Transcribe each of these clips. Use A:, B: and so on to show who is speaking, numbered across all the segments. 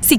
A: Si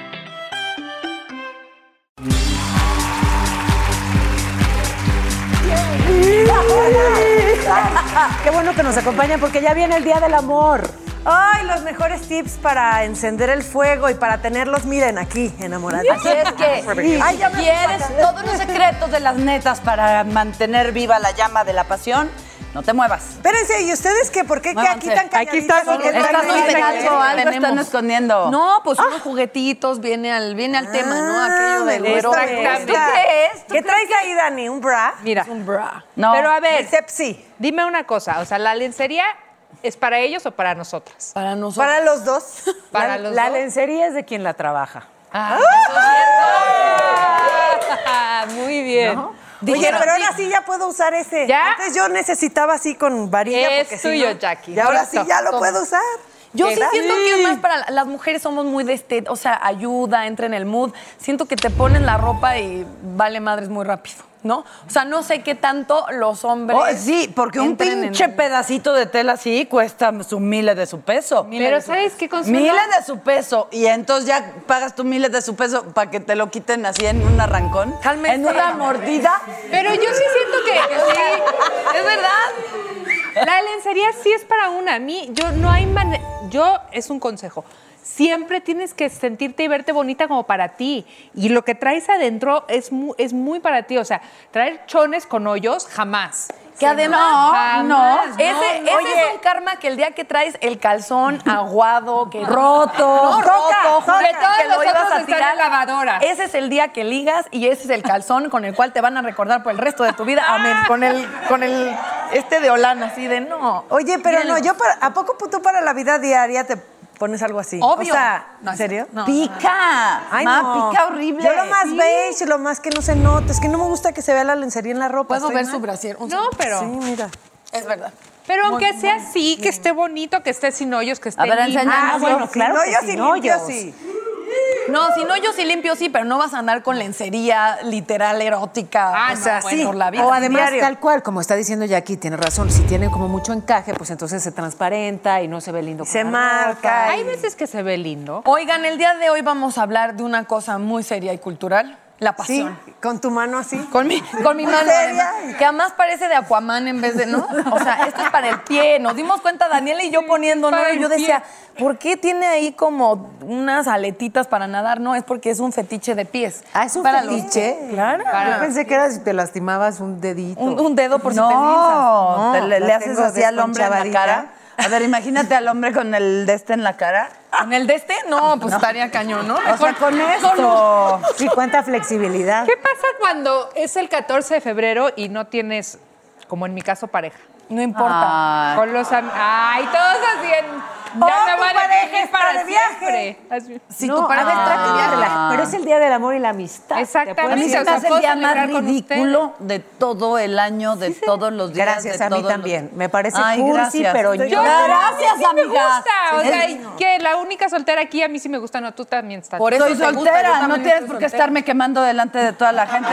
B: Qué bueno que nos acompañan porque ya viene el Día del Amor.
C: Ay, los mejores tips para encender el fuego y para tenerlos, miren, aquí, enamorados.
D: Así es que,
C: Ay, ya me
D: si quieres todos los secretos de las netas para mantener viva la llama de la pasión, no te muevas.
C: Espérense, ¿y ustedes qué? ¿Por qué, qué aquí
D: Muévanse.
C: tan
D: Aquí
C: están
D: Están muy pegando, algo están escondiendo.
E: No, pues unos juguetitos viene al, viene
C: Ah,
E: al tema, ¿no? Aquello del güero.
D: exactamente. ¿Qué es? ¿Tú
C: ¿Qué traes ahí, Dani? ¿Un bra?
E: Mira.
D: No.
E: Pero a ver,
C: Un Sepsi.
E: dime una cosa. O sea, ¿la lencería es para ellos o para nosotras?
D: Para nosotros.
C: Para los dos.
E: Para
B: la,
E: los
B: la
E: dos.
B: lencería es de quien la trabaja.
E: Ah, Muy bien.
C: Oye, pero ahora sí ya puedo usar ese.
E: ¿Ya?
C: Antes yo necesitaba así con varilla.
E: Es
C: porque si
E: tuyo,
C: no-
E: Jackie.
C: Y ahora sí
E: Listo.
C: ya lo puedo usar.
D: Yo sí
C: ¿Verdad?
D: siento
C: Sí.
D: que es más para las mujeres somos muy de este, o sea, ayuda, entra en el mood. Siento que te ponen la ropa y vale madres muy rápido, ¿no? O sea, no sé qué tanto los hombres.
F: Oh, sí, porque un
D: entren en-
F: pinche pedacito de tela así cuesta su miles de su peso.
E: Pero ¿sabes qué, Consuelo?
F: Miles de su peso. Y entonces ya pagas tú miles de su peso para que te lo quiten así en un arrancón.
D: Cálmense.
F: En una mordida.
E: Pero yo sí siento que, que sí. Es verdad. La lencería sí es para una. A mí, yo no hay manera. Yo es un consejo. Siempre tienes que sentirte y verte bonita como para ti. Y lo que traes adentro es muy, es muy para ti. O sea, traer chones con hoyos, jamás.
D: Que además,
E: no, no, no.
D: ese, ese es un karma que el día que traes el calzón aguado, que roto,
F: Toca, toca.
D: que
E: Que todos
D: lo
E: los
D: ibas
E: otros
D: a
E: están
D: tirar
E: en lavadora.
D: Ese es el día que ligas y ese es el calzón con el cual te van a recordar por el resto de tu vida. Amén. Con el, con el este de Olana, así de no.
C: Oye, pero no,
D: Mírenlo.
C: yo para, ¿a poco tú para la vida diaria te pones algo así?
D: Obvio.
C: O sea,
D: No,
C: ¿en serio?
D: no.
F: Pica.
C: Ay,
F: Ma,
C: no.
F: pica horrible.
C: Yo lo más beige, lo más que no se nota. Es que no me gusta que se vea la lencería en la ropa.
E: ¿Puedo
C: Estoy
E: ver
C: mal.
E: su brasier? Un No, segundo. pero-
C: Sí, mira.
D: Es verdad.
E: Pero aunque sea así, que esté bonito, que esté sin hoyos, que esté
D: ver,
E: limpio.
D: enséñanos.
C: Ah, bueno, claro. No,
B: que
C: yo
B: sí,
C: sí
B: no,
C: limpio,
B: yo-
C: sí.
D: No, si no, yo sí limpio, sí, pero no vas a andar con lencería literal, erótica.
E: Ah,
D: o
E: no,
D: sea,
E: bueno.
D: sí. por la vida.
B: O además,
C: diario.
B: tal cual, como está diciendo Jackie, tiene razón. Si tienen como mucho encaje, pues entonces se transparenta y no se ve lindo. con
C: Se
B: la Ah.
C: marca.
E: Hay veces que se ve lindo.
D: Oigan, el día de hoy vamos a hablar de una cosa muy seria y cultural, la
C: Sí,
D: pasión.
C: con tu mano así.
D: Con mi, con mi
C: Muy
D: mano,
C: seria.
D: además, que además parece de Aquaman en vez de, ¿no? O sea, esto es para el pie. Nos dimos cuenta, Daniela y yo poniendo, ¿no?
E: para
D: Y
E: el
D: yo
E: pie.
D: decía, ¿por qué tiene ahí como unas aletitas para nadar? No, es porque es un fetiche de pies.
B: Ah, es un
D: Para los-
B: fetiche.
D: Claro.
B: Yo pensé que era si te lastimabas un dedito.
D: Un, un dedo por si te deslizas.
F: No, te le,
C: la
F: le haces
C: tengo
F: así al hombre en la cara.
C: desconchavadita.
F: A ver, imagínate al hombre con el de este en la cara.
D: ¿En el de este? No, pues estaría cañón, ¿no?
F: O sea,
D: Mejor
F: con
C: Oh.
F: esto.
B: Sí, cuánta flexibilidad.
C: Ah.
E: ¿Qué pasa cuando es el 14 de febrero y no tienes, como en mi caso, pareja?
D: No importa.
E: Con los am- Ay, todos así en.
C: Oh,
E: me
C: tu
E: voy a
C: pareja
E: definir
C: está de viaje.
E: siempre. Así.
D: Si
B: no,
D: tu pareja
B: a ver, traten de relajar. Pero es el día del amor y la amistad.
E: Exactamente.
F: A mí
E: Sí,
F: se
E: o
F: me
E: sea,
F: hace el
E: puedo
F: día más
E: celebrar con
F: ridículo de todo el año, de todos los días.
B: Gracias,
F: de
B: a mí
F: todos los-
B: también. Me parece
F: Ay,
B: cursi,
F: gracias.
B: pero yo-
E: Yo,
F: gracias,
E: a mí sí me
F: amiga.
E: gusta. O
F: Sí,
E: sea,
F: es-
E: y que la única soltera aquí a mí sí me gusta, no, tú también estás.
D: Por eso
F: Soy
D: te gusta,
F: soltera,
D: yo
F: no
D: también
F: tienes
D: soy
F: por qué
D: soltera.
F: estarme quemando delante de toda la gente.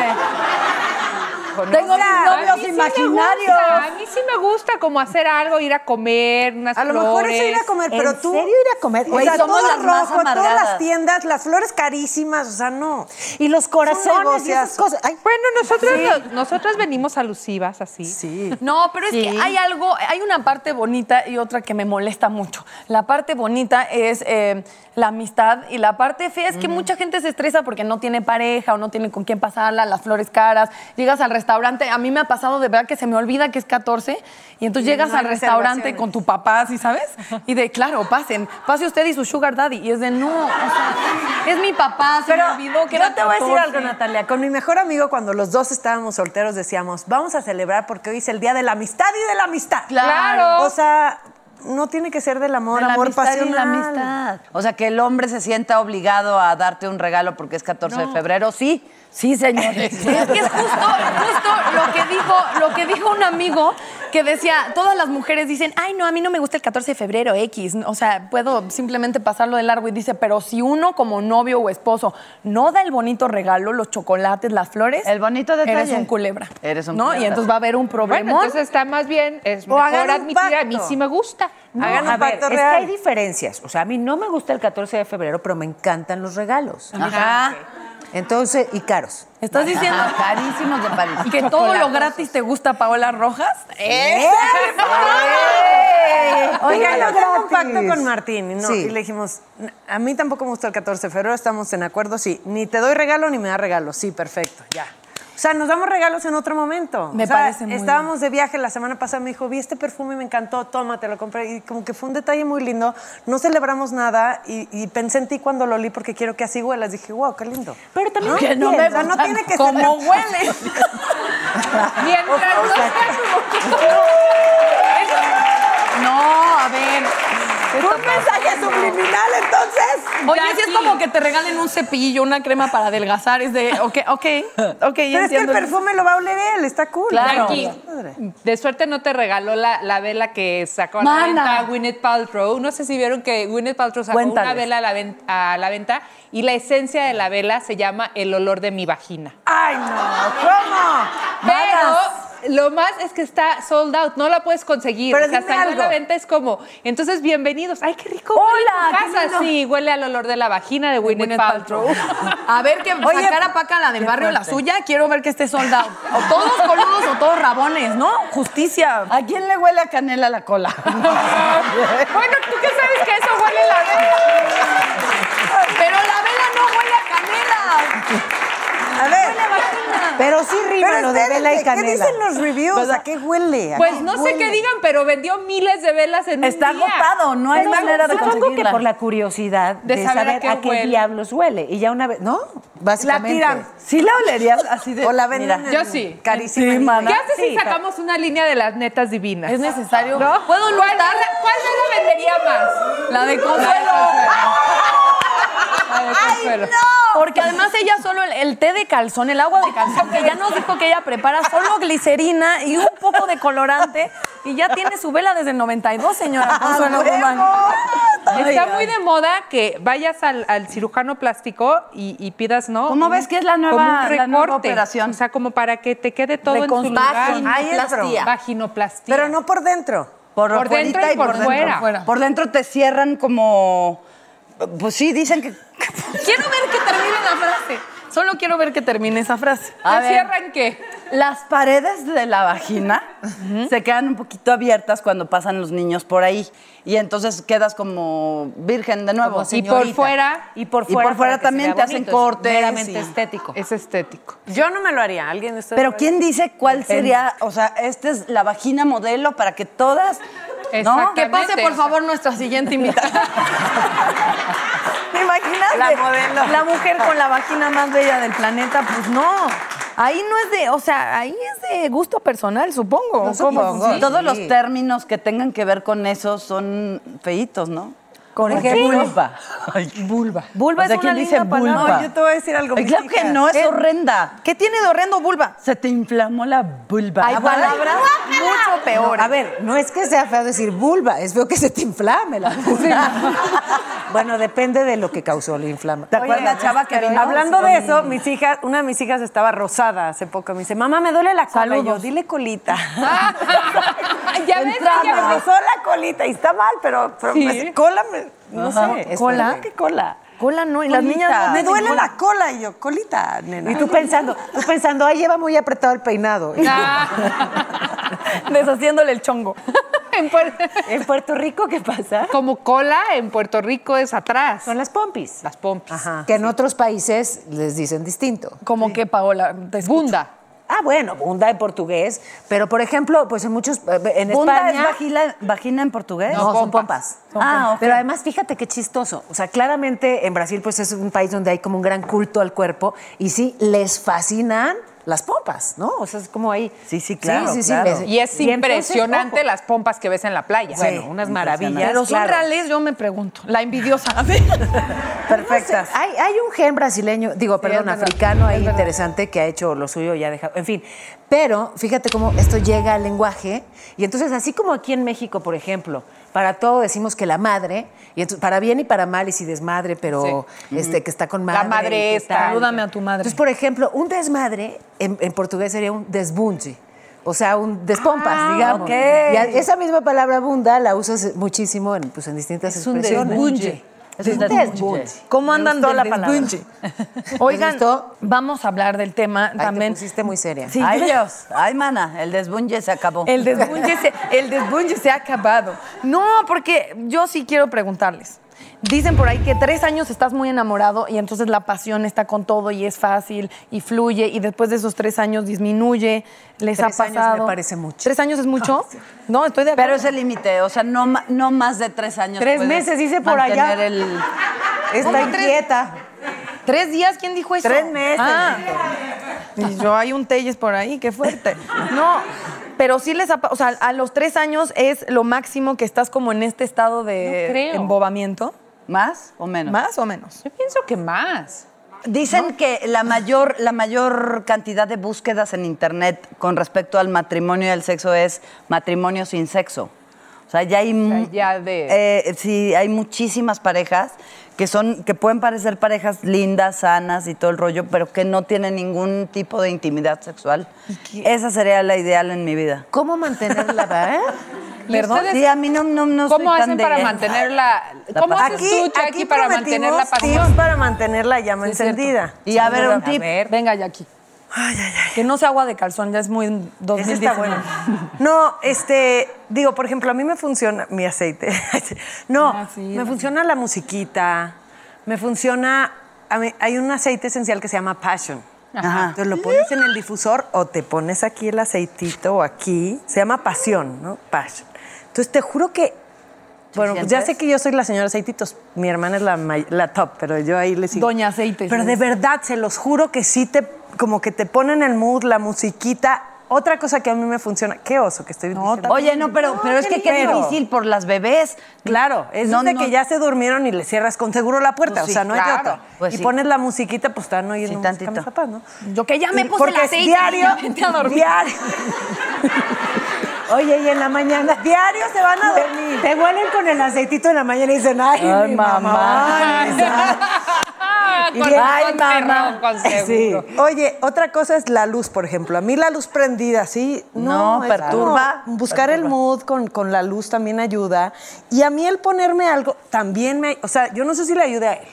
F: Tengo mis
E: A mí
F: novios
E: sí me
F: imaginarios.
E: gusta, A mí sí me gusta como hacer algo, ir a comer, unas
C: A lo mejor eso
E: flores. eh,
C: ir a comer, pero
B: ¿En
C: tú.
B: serio ir a comer?
C: O
F: Güey,
C: sea,
F: somos
C: todo
F: las más
C: rojo, todas
F: amargadas.
C: las tiendas, las flores carísimas, o sea, no.
B: Y los corazones y esas
C: negociazo.
B: cosas. Ay,
E: Bueno, nosotros, nosotras venimos alusivas así.
B: sí.
D: No, pero es que hay algo, hay una parte bonita y otra que me molesta mucho. La parte bonita es eh, la amistad y la parte fea es que mucha gente se estresa porque no tiene pareja o no tiene con quién pasarla, las flores caras, llegas al restaurante, a mí me ha pasado de verdad que se me olvida que es 14 y entonces llegas al restaurante con tu papá, ¿sí sabes? Y de, claro, pasen, pase usted y su sugar daddy y es de, no, o sea, es mi
F: Ah,
D: papá, se me olvidó que era
C: yo te voy a decir
D: 14.
C: algo, Natalia. Con mi mejor amigo, cuando los dos estábamos solteros, decíamos, vamos a celebrar porque hoy es el día de la amistad y de la amistad.
D: Claro.
C: O sea, no tiene que ser del amor,
D: De la
C: amor
D: amistad y
C: pasional.
D: la amistad.
F: O sea, que el hombre se sienta obligado a darte un regalo porque es 14 de febrero. Sí, sí, señores.
D: Es que es justo, justo lo que dijo, lo que dijo un amigo que decía, todas las mujeres dicen, ay no, a mí no me gusta el 14 de febrero X, o sea, puedo simplemente pasarlo de largo y dice, pero si uno como novio o esposo no da el bonito regalo, los chocolates, las flores,
F: El bonito detalle.
D: eres un culebra,
F: Eres un
D: ¿no?
F: culebra.
D: Y entonces va a haber un
E: Bueno,
D: problema.
E: entonces está más bien, es
C: O hagan
E: mejor
C: un
E: admitir, a mí
C: pacto.
E: sí me gusta.
B: Hagan un
C: a ver,
B: pacto
C: es que
B: real.
C: hay
B: diferencias. O sea, a mí no me gusta el 14 de febrero, pero me encantan los regalos.
F: Ajá.
B: Entonces, y caros.
D: Estás diciendo
F: Ajá, carísimos de París.
D: que todo lo gratis te gusta Paola Rojas.
C: Oigan,
B: Regalo
C: yo tengo un
B: gratis.
C: pacto con Martín y no-
B: Sí.
C: y le dijimos, a mí tampoco me gusta el 14 de febrero, estamos en acuerdo, sí, ni te doy regalo ni me da regalo, sí, perfecto, ya. O sea, nos damos regalos en otro momento.
D: Me
C: O sea,
D: parece muy
C: Estábamos de viaje la semana pasada, me dijo, vi este perfume, me encantó, tómate, lo compré. Y como que fue un detalle muy lindo, no celebramos nada y, y pensé en ti cuando lo olí porque quiero que así huelas. Dije, wow, qué lindo. Pero también
D: Que no me
C: o sea, no
D: gustan
C: tiene que
D: como
C: ser...
D: huele.
E: Mientras no sea como que-
D: No, a ver.
C: ¿Un mensaje subliminal entonces?
D: Oye,
E: Ya
D: si es
E: sí.
D: como que te regalen un cepillo, una crema para adelgazar, es de, ok, ok, ok, ya
C: Pero es que el
D: entiendo.
C: perfume lo va a oler él, está cool.
D: Claro.
E: Jackie,
C: Padre.
E: de suerte no te regaló la, la vela que sacó a la
D: Mana.
E: venta Gwyneth Paltrow. No sé si vieron que Gwyneth Paltrow sacó
D: Cuéntales.
E: una vela a la, ven- a la venta y la esencia de la vela se llama el olor de mi vagina.
C: ¡Ay, no! ¿Cómo?
E: Pero lo más es que está sold out, no la puedes conseguir.
C: Pero
E: o sea,
C: dime
E: salió a la
C: algo.
E: venta es como, entonces bienvenidos. Ay, qué rico.
D: Hola,
E: huele
D: qué
E: tu casa.
D: lindo.
E: Sí, huele al olor de la vagina de Gwyneth,
D: Gwyneth
E: Paltrow. Pues
D: A ver que
C: Oye,
D: sacar a Paca la del barrio la suya, quiero ver que esté soldado. O todos coludos o todos rabones, ¿no? Justicia.
F: ¿A quién le huele a canela la cola?
E: bueno, ¿tú qué sabes que eso huele la vela?
D: Pero la vela no huele a canela.
C: A ver.
B: Pero sí rima
C: Pero
B: lo de
C: espérense,
B: vela y canela.
C: ¿Qué dicen los reviews? ¿A qué huele? ¿A
E: Pues
C: qué
E: no sé
C: huele?
E: qué digan, pero vendió miles de velas en
F: Está
E: un día.
F: agotado, no hay
B: Pero
F: manera de
B: supongo
F: conseguirla.
B: que por la curiosidad de, saber, a qué,
E: huele.
B: diablos huele. Y ya una vez, ¿no? Básicamente.
C: tiran.
F: ¿Sí la olerías así de...?
C: O la venden.
F: Mira.
C: en
E: yo sí.
C: Carísima.
F: Sí,
C: en
F: mana.
E: ¿Qué haces
B: Sí,
E: si sacamos una línea de las netas divinas?
D: Es necesario.
E: ¿No?
D: ¿Puedo
E: ¿Cuál,
D: notar
E: cuál no la vendería más?
D: la de Consuelo?
E: La de Consuelo.
D: Porque además ella solo el, el té de calzón, el agua de calzón, que ya nos dijo que ella prepara solo glicerina y un poco de colorante y ya tiene su vela desde el 92, señora Consuelo Guzmán.
E: Está muy de moda que vayas al, al cirujano plástico y, y pidas, ¿no?
F: ¿Cómo
E: Un-
F: ves que es la nueva-
E: como un
F: la nueva
E: recorte?
F: operación?
E: O sea, como para que te quede todo en su lugar.
F: Reconstrucción.
C: Ay, es
F: Vaginoplastia.
E: Vaginoplastia.
C: Pero no por dentro.
F: Por,
E: Por dentro
F: afuerita
E: y por fuera.
F: Por dentro te cierran como... Pues sí, dicen que...
D: Quiero ver que termine la frase. Solo quiero ver que termine esa frase.
F: A
E: ¿Te
F: ver.
E: cierran qué?
F: Las paredes de la vagina se quedan un poquito abiertas cuando pasan los niños por ahí. Y entonces quedas como virgen de nuevo.
E: Como señorita. Y por fuera-
F: Y por fuera,
E: para que se
F: también
E: vea
F: te hacen
E: bonito, es
F: cortes.
E: meramente
F: y-
E: estético. Es estético.
C: Yo no me lo haría. ¿Alguien de ustedes?
F: Pero ¿quién dice cuál sería? O sea, esta es la vagina modelo para que todas. ¿No?
E: Exactamente.
D: Que pase, por favor, nuestra siguiente invitada.
F: ¿Te imaginas?
C: La modelo.
D: La mujer con la vagina más bella del planeta, pues no. Ahí no es de, o sea, ahí es de gusto personal, supongo. ¿o cómo?
F: Y Todos los términos que tengan que ver con eso son feitos, ¿no?
D: Con
F: Por
D: ejemplo.
F: vulva. vulva.
D: Vulva
F: O
B: Pues
F: sea,
D: es
F: ¿quién
D: una
F: dice
D: linda palabra.
F: vulva?
C: No, yo te voy a decir algo.
F: Ay,
C: mis
F: claro que
C: hijas.
F: no, es horrenda.
D: ¿Qué tiene de horrendo vulva?
F: Se te inflamó la vulva. Ah,
D: Hay palabras mucho peores.
B: A ver, no es que sea feo decir vulva, es feo que se te inflame la vulva. bueno, depende de lo que causó la inflama.
F: ¿Te acuerdas la chava que vino?
C: Hablando de eso, mis hijas, una de mis hijas estaba rosada hace poco. Me dice, mamá, me duele la cola. Y yo,
D: Saludos.
C: dile colita.
E: ya ves, ya
C: Me
E: ves.
C: rozó la colita y está mal, pero, pero
E: Sí.
C: me- cola, me- no sé.
D: ¿Cola?
C: ¿Qué Este, cola?
D: Cola no, y las niñas no
C: Me
D: hacen
C: duele
D: cola.
C: la cola. Y yo, colita, nena.
B: Y tú pensando, tú pensando, ay, lleva muy apretado el peinado.
E: Ah.
D: Deshaciéndole el chongo.
E: En Puer-
B: ¿En Puerto Rico qué pasa?
E: Como cola en Puerto Rico es atrás.
B: Son las pompis.
E: Las pompis.
B: Que en otros países les dicen distinto.
D: Como que Paola, te escucho.
E: Bunda.
B: Ah, bueno, bunda en portugués, pero por ejemplo, pues en muchos, en
F: ¿Bunda es
B: España...
F: vagina, vagina en portugués?
B: No, son pompas.
F: Son Ah, pompas. ok.
B: Pero además, fíjate qué chistoso. O sea, claramente en Brasil, pues es un país donde hay como un gran culto al cuerpo. Y sí, les fascinan las pompas, ¿no? O sea, es como ahí.
F: Sí, sí, claro, claro.
B: ves-
E: Y es
B: entonces,
E: impresionante
B: ojo,
E: las pompas que ves en la playa.
B: Sí,
E: bueno, unas maravillas.
D: Pero son
B: claro.
D: reales, yo me pregunto. La envidiosa.
F: Perfectas.
B: Hay, hay un gen brasileño, digo, perdón, africano ahí interesante que ha hecho lo suyo y ha dejado. En fin, pero fíjate cómo esto llega al lenguaje. Y entonces, así como aquí en México, por ejemplo, para todo decimos que la madre, y entonces, para bien y para mal, y si desmadre, pero este, que está con madre.
E: madre
B: y que
E: esta.
B: tal.
D: Salúdame a tu madre.
B: Entonces, por ejemplo, un desmadre en, en portugués sería un desbunge. O sea, un despompas,
E: Ah,
B: digamos.
E: ok.
B: Y a- esa misma palabra bunda la usas muchísimo en, pues, en distintas
D: un
B: expresiones.
D: desbunge.
B: Es un desbunge.
D: ¿Cómo andan
B: gustó
D: del
B: la palabra.
D: desbunche?
B: ¿Les
D: Oigan,
B: gustó?
D: vamos a hablar del tema
B: Ay,
D: también.
B: te pusiste muy seria.
D: Sí,
F: Ay,
D: yo-
F: Dios. Ay, mana, el desbunge se acabó.
D: El desbunche, se, el desbunche se ha acabado. No, porque yo sí quiero preguntarles. Dicen por ahí que tres años estás muy enamorado y entonces la pasión está con todo y es fácil y fluye y después de esos tres años disminuye. Les ha
B: Tres años me
D: pasado.
B: parece mucho.
D: Tres años es mucho. No, estoy de acuerdo.
F: Pero es el límite, o sea, no, ma- no más de tres años.
B: Tres
F: puedes
B: meses, dice por
F: mantener
B: allá.
F: el-
B: Está inquieta.
D: tres días, ¿quién dijo eso?
B: Tres meses.
D: Ah. Y yo hay un Telles por ahí, qué fuerte. No, pero sí les ha, pa- o sea, a los tres años es lo máximo que estás como en este estado de
E: No creo.
D: embobamiento,
F: ¿Más o menos?
D: más o menos.
E: Yo pienso que más.
F: Dicen que la mayor, la mayor cantidad de búsquedas en internet con respecto al matrimonio y al sexo es matrimonio sin sexo. O sea, ya hay, mu-
E: ya de-
F: eh, sí, hay muchísimas parejas que son, que pueden parecer parejas lindas, sanas y todo el rollo, pero que no tienen ningún tipo de intimidad sexual. Esa sería la ideal en mi vida.
B: ¿Cómo mantenerla? ¿verdad?
E: ¿Y
F: Perdón.
E: ustedes
F: Sí, a mí no, no, no
E: ¿eh? ¿Cómo
F: soy
E: hacen
F: tan de-
E: para mantener la,
F: La
E: ¿Cómo
F: pasión.
E: haces tú, Jackie, para mantener la pasión?
C: tips para mantener la llama
D: Sí, es cierto.
C: encendida.
F: Y a ver, un tip.
D: Venga, Jackie. Que no sea agua de calzón, ya es muy
C: Ese está
D: 2019.
C: bueno. No, este, digo, por ejemplo, a mí me funciona mi aceite. no,
D: Ah, sí,
C: me
D: el
C: funciona la musiquita, me funciona, a mí- hay un aceite esencial que se llama Passion.
F: Ajá.
C: Entonces lo pones en el difusor o te pones aquí el aceitito o aquí. Se llama pasión, ¿no? Passion. Entonces te juro que, bueno, pues ya sé
F: sientes?
C: que yo soy la señora aceititos, mi hermana es la, may- la top, pero yo ahí le sigo.
D: Doña Aceites.
C: Pero de verdad, se los juro que sí te, como que te ponen el mood, la musiquita. Otra cosa que a mí me funciona, qué oso que estoy diciendo.
F: Oye, no, pero, pero es que qué
C: lindo.
F: difícil por las bebés.
C: Claro, es
F: No,
C: de
F: no.
C: que ya se durmieron y le cierras con seguro la puerta,
F: Pues sí,
C: o sea, no hay
F: claro.
C: de otra.
F: Pues
C: y
F: sí.
C: pones la musiquita, pues están oyendo
F: Sí,
C: música
F: tantito.
C: mis papás, ¿no?
D: Yo que ya me
C: Y-
D: puse
C: Porque
D: el
C: es
D: aceite,
C: diario,
D: ya vete a dormir.
C: diario. Oye, y en la mañana, diario se van a dormir. Te, huelen con el aceitito en la mañana y dicen, ay,
F: Ay,
C: mi
F: mamá.
C: mamá.
E: Ah,
C: Y
E: con,
C: bien-
E: con
C: Ay,
E: perro,
C: mamá.
E: con
C: Sí.
E: seguro.
C: Oye, otra cosa es la luz, por ejemplo. A mí la luz prendida, sí. No,
F: No,
C: es
F: perturba.
C: como Buscar el mood con, con la luz también ayuda. Y a mí el ponerme algo también me. O sea, yo no sé si le ayude a él,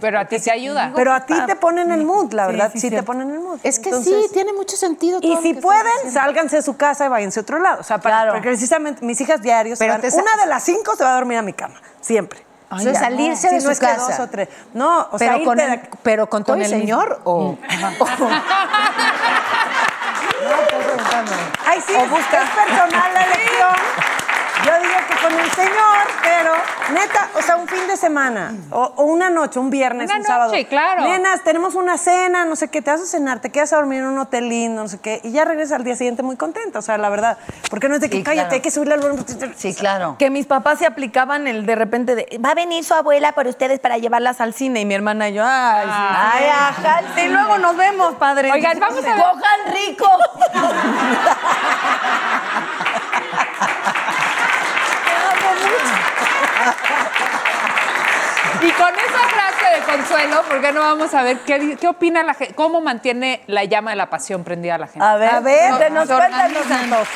E: Pero a ti te ayuda.
C: pero a ti te ponen el mood, la verdad. Sí, te ponen el mood.
B: Es que
C: Entonces-
B: sí, tiene mucho sentido. todo
C: Y
B: lo
C: si
B: que estás
C: pueden,
B: diciendo.
C: sálganse de su casa y váyanse a otro lado. O sea, para,
F: Claro.
C: porque precisamente mis hijas diarios, se
B: Pero
C: van-
B: te sa-
C: una de las cinco se va a dormir a mi cama, siempre.
B: O sea, salirse de
C: Si
B: su
C: no es que
B: casa.
C: dos o tres. No, o sea,
B: pero,
C: irte
B: con
C: de-
B: el, pero con todo
D: con
B: el
D: el mismo.
B: señor o...
C: Ay, sí, es, es personal la elección. Yo digo que con el señor, pero neta, o sea, un fin de semana o, o una noche, un viernes,
E: Una
C: un sábado.
E: noche, claro.
C: Nenas, tenemos una cena, no sé qué, te vas a cenar, te quedas a dormir en un hotel lindo, no sé qué, y ya regresas al día siguiente muy contenta, o sea, la verdad. Porque no es de que
F: Sí,
C: cállate,
F: claro.
C: hay que subirle al volumen.
F: Sí, claro.
D: Que mis papás se aplicaban el de repente de va a venir su abuela por ustedes para llevarlas al cine y mi hermana y yo, ay, sí.
F: Ay, ajá. el
D: Y luego nos vemos, padre.
E: Oigan, vamos a ver.
F: ¡Cojan rico!
E: Y con esa frase de consuelo, ¿por qué no vamos a ver qué, di- qué opina la gente? ¿Cómo mantiene la llama de la pasión prendida la gente?
F: A ver,
C: A ver,
F: cuéntanos,
E: nos
F: cuéntanos, Santos.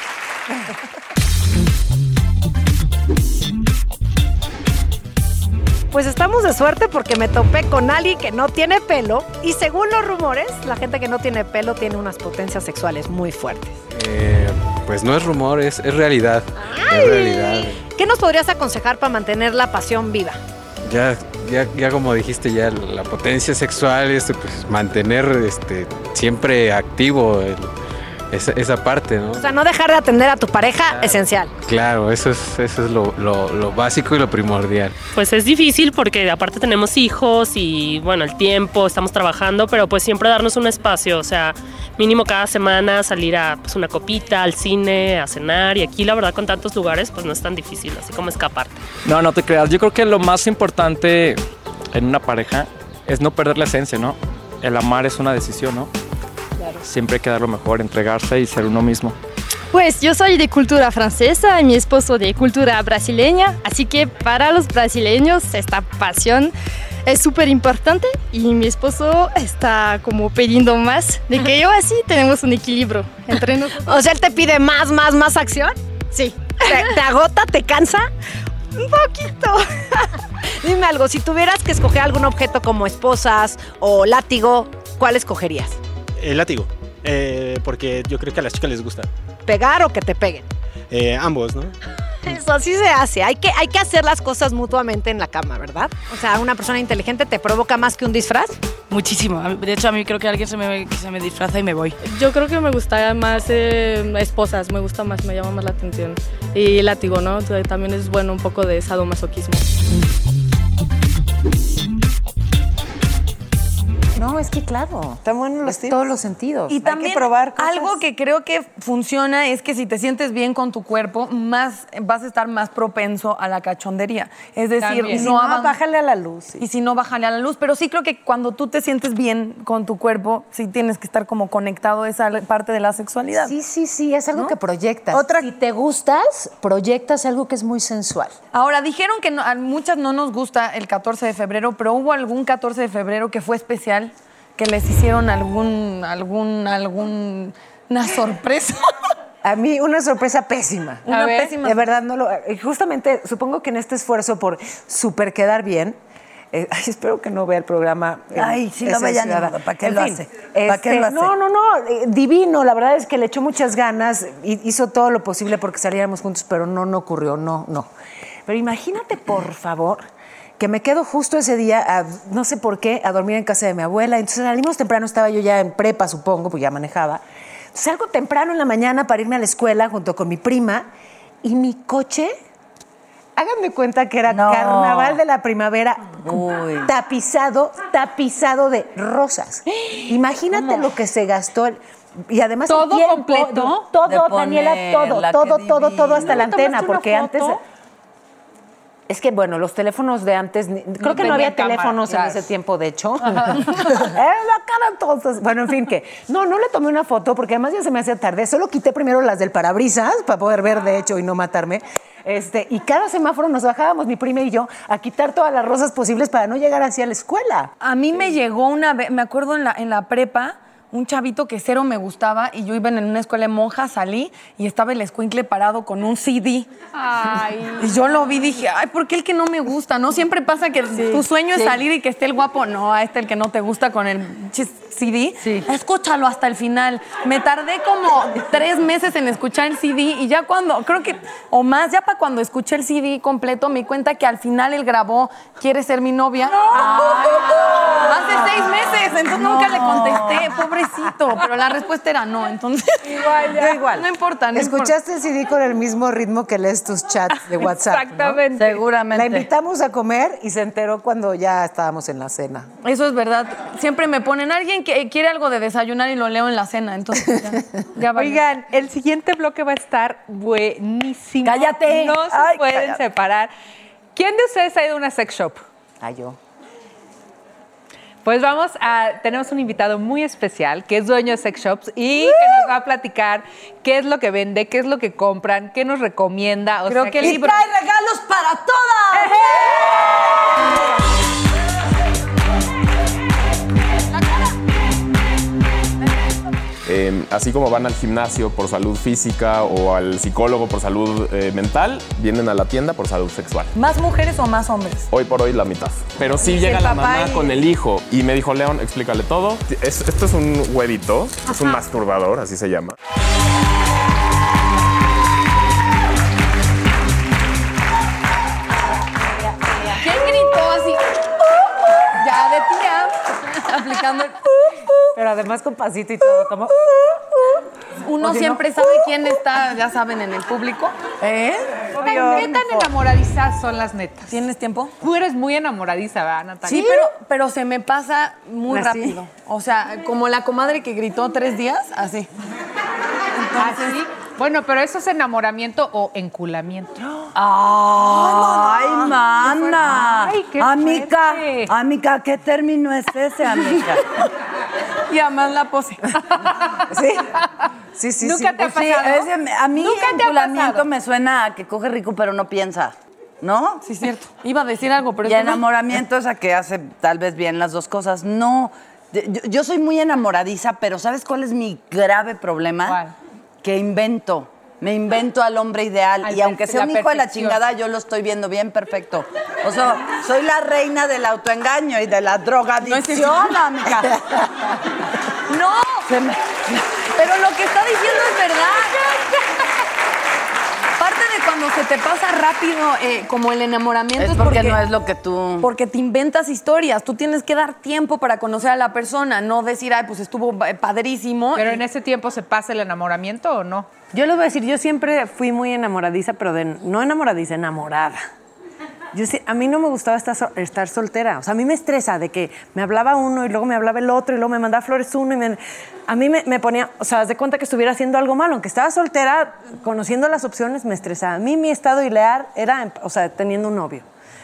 G: Pues estamos de suerte porque me topé con alguien que no tiene pelo y según los rumores, la gente que no tiene pelo tiene unas potencias sexuales muy fuertes.
H: pues no es rumor, es, es realidad. Es realidad.
G: ¿Qué nos podrías aconsejar para mantener la pasión viva?
H: Ya, ya, ya como dijiste, ya la potencia sexual es pues, mantener este, siempre activo el, esa, esa parte, ¿no?
G: O sea, no dejar de atender a tu pareja, esencial.
H: Claro, eso es, eso es lo, lo- lo básico y lo primordial.
I: Pues es difícil porque aparte tenemos hijos y bueno, el tiempo, estamos trabajando, pero pues siempre darnos un espacio, o sea, mínimo cada semana salir a pues, una copita, al cine, a cenar y aquí la verdad con tantos lugares pues no es tan difícil, así como escapar.
J: No, no te creas. Yo creo que lo más importante en una pareja es no perder la esencia, ¿no? El amar es una decisión, ¿no? Siempre hay que dar lo mejor, entregarse y ser uno mismo.
K: Pues yo soy de cultura francesa y mi esposo de cultura brasileña, así que para los brasileños esta pasión es súper importante y mi esposo está como pidiendo más de que yo así tenemos un equilibrio entre nosotros.
G: O sea, él te pide más, más, más acción.
K: Sí.
G: ¿Te, te agota? ¿Te cansa? Un poquito. Dime algo, si tuvieras que escoger algún objeto como esposas o látigo, ¿cuál escogerías?
L: El látigo. eh, porque yo creo que a las chicas les gusta.
G: ¿Pegar o que te peguen?
L: Eh, ambos, ¿no?
G: Eso así se hace. Hay que, hay que hacer las cosas mutuamente en la cama, ¿verdad? O sea, una persona inteligente te provoca más que un disfraz.
M: Muchísimo. De hecho, a mí creo que alguien se me, que se me disfraza y me voy.
N: Yo creo que me gusta más eh, esposas, me gusta más, me llama más la atención. Y látigo, ¿no? También es bueno un poco de sadomasoquismo.
B: No, es que claro. Están buenos los todos los sentidos.
D: Y también algo que creo que funciona es que si te sientes bien con tu cuerpo, más vas a estar más propenso a la cachondería. Es decir,
C: También. Y si no,
D: bájale a la luz. Y si no, bájale a la luz. Pero sí creo que cuando tú te sientes bien con tu cuerpo, sí tienes que estar como conectado a esa parte de la sexualidad.
B: Sí, sí, sí, es algo que proyectas. Si te gustas, proyectas algo que es muy sensual.
D: Ahora, dijeron que no- a muchas no nos gusta el 14 de febrero, pero hubo algún 14 de febrero que fue especial, que les hicieron algún, algún, algún, una sorpresa.
B: A mí una sorpresa pésima.
D: Una A ver. pésima
B: De verdad, no lo. eh, Justamente, supongo que en este esfuerzo por super quedar bien. eh, ay, espero que no vea el programa. eh,
F: Ay, sí lo
B: Esa
F: ve ya ni
B: Ciudad.
F: modo, ¿para qué
B: En
F: lo
B: fin,
F: hace? ¿Para qué
B: este,
F: lo hace?
B: No, no, no. eh, Divino. La verdad es que le echó muchas ganas. hi- Hizo todo lo posible porque saliéramos juntos, pero no, no ocurrió. No, no. Pero imagínate, por favor. Que me quedo justo ese día, a- no sé por qué, a dormir en casa de mi abuela. Entonces salimos temprano, estaba yo ya en prepa, supongo, pues ya manejaba. Salgo temprano en la mañana para irme a la escuela junto con mi prima y mi coche, háganme cuenta que era carnaval de la primavera, tapizado, tapizado de rosas. Imagínate lo que se gastó. el- y además el
E: ¿Todo
B: tiempo,
E: completo? De
B: todo, Daniela, todo,
E: ponerla,
B: todo,
E: qué
B: todo, todo, hasta
E: divino.
B: la
E: ¿No tomaste
B: antena,
E: una
B: porque antes
E: foto?
B: es que bueno, los teléfonos de antes, ni- creo que no
E: tenían
B: había
E: cámara,
B: teléfonos
E: claro.
B: en ese tiempo, de hecho. Era la cara entonces. Bueno, en fin, que no, no le tomé una foto porque además ya se me hacía tarde. Solo quité primero las del parabrisas para poder ver, de hecho, y no matarme. Este, y cada semáforo nos bajábamos, mi prima y yo, a quitar todas las rosas posibles para no llegar hacia la escuela.
D: A mí me llegó una vez, me acuerdo en la, en la prepa, un chavito que cero me gustaba y yo iba en una escuela de monjas, salí y estaba el escuincle parado con un CD. Y yo lo vi y dije, ay, ¿por qué el que no me gusta? ¿No? Siempre pasa que tu sueño
E: sí.
D: es salir y que esté el guapo. No, a este el que no te gusta con el chis- CD. Escúchalo hasta el final. Me tardé como tres meses en escuchar el CD y ya cuando, creo que, o más, ya para cuando escuché el CD completo, me di cuenta que al final él grabó Quiere ser mi novia. Ay, hace seis meses, entonces nunca le contesté, pobrecito. Pero la respuesta era no, entonces. Igual,
B: Da igual.
D: No importa, no importa.
B: Escuchaste el CD con el mismo ritmo que lees tus chats de WhatsApp. ¿no?
D: Exactamente. Seguramente.
B: La invitamos a comer y se enteró cuando ya estábamos en la cena.
D: Eso es verdad. Siempre me ponen alguien que quiere algo de desayunar y lo leo en la cena. Entonces ya, ya valió.
E: Oigan, el siguiente bloque va a estar buenísimo.
D: Cállate.
E: No se
D: Ay,
E: pueden
D: cállate.
E: separar. ¿Quién de ustedes ha ido a una sex shop?
B: Ah, yo.
E: Pues vamos a, tenemos un invitado muy especial que es dueño de sex shops y que nos va a platicar qué es lo que vende, qué es lo que compran, qué nos recomienda. O
F: Creo
E: sea,
F: que
E: qué
F: y
E: libro-
F: trae regalos para todas.
O: Eh, así como van al gimnasio por salud física o al psicólogo por salud eh, mental, vienen a la tienda por salud sexual.
D: ¿Más mujeres o más hombres?
O: Hoy por hoy la mitad. Pero sí
D: Y
O: llega
D: el
O: la
D: papá
O: mamá
D: y-
O: con el hijo y me dijo, León, explícale todo. Es- esto es un huevito, es un masturbador, así se llama.
D: ¿Quién gritó así? Ya de tía. Aplicando el.
B: Pero además con pasito y todo, como.
D: uno
B: Porque no-
D: siempre sabe quién está, ya saben, en el público. ¿Eh?
E: Tan- ¿Qué tan enamoradizas son las netas?
D: ¿Tienes tiempo?
E: Tú eres muy enamoradiza, ¿verdad, Natalia?
D: Sí, pero, pero se me pasa muy
E: Así.
D: rápido. O sea, como la comadre que gritó tres días, así.
E: Así. Bueno, pero eso es enamoramiento o enculamiento.
F: Ay,
E: no, no.
F: mana.
E: Ay, qué
F: amiga, amiga, ¿qué término es ese, amiga?
D: Y además la pose.
F: Sí.
B: Sí, sí,
F: ¿Nunca
B: sí.
F: te ha
B: Pues sí,
F: pasado?
B: ese-
F: a mí
B: ¿Nunca te ha
F: enculamiento me suena a que coge rico pero no piensa, ¿no?
D: Sí, cierto. Iba a decir algo, pero
F: Y
D: es que no.
F: enamoramiento es a que hace tal vez bien las dos cosas. No, de- yo, yo soy muy enamoradiza, pero ¿sabes cuál es mi grave problema? Que invento. Me invento al hombre ideal.
G: Al
F: y aunque
G: perfe-
F: sea un
G: la
F: hijo de la
G: perfección.
F: chingada, yo lo estoy viendo bien perfecto. O sea, soy la reina del autoengaño y de la drogadicción, amiga.
D: ¡No!
F: Se me-
D: Pero lo que está diciendo es verdad. Parte de cuando se te pasa rápido, eh, como el enamoramiento,
F: Es
D: es
F: porque no es lo que tú.
D: Porque te inventas historias. Tú tienes que dar tiempo para conocer a la persona, no decir, ay, pues estuvo eh, padrísimo.
E: Pero en ese tiempo se pasa el enamoramiento o no?
C: Yo les voy a decir, yo siempre fui muy enamoradiza, pero de, no enamoradiza, enamorada. Yo sí, a mí no me gustaba estar, so- estar soltera. O sea, a mí me estresa de que me hablaba uno y luego me hablaba el otro y luego me mandaba flores uno y me- a mí me, me ponía, o sea, haz de cuenta que estuviera haciendo algo malo. Aunque estaba soltera, conociendo las opciones me estresaba. A mí mi estado ideal era, en- o sea, teniendo un novio.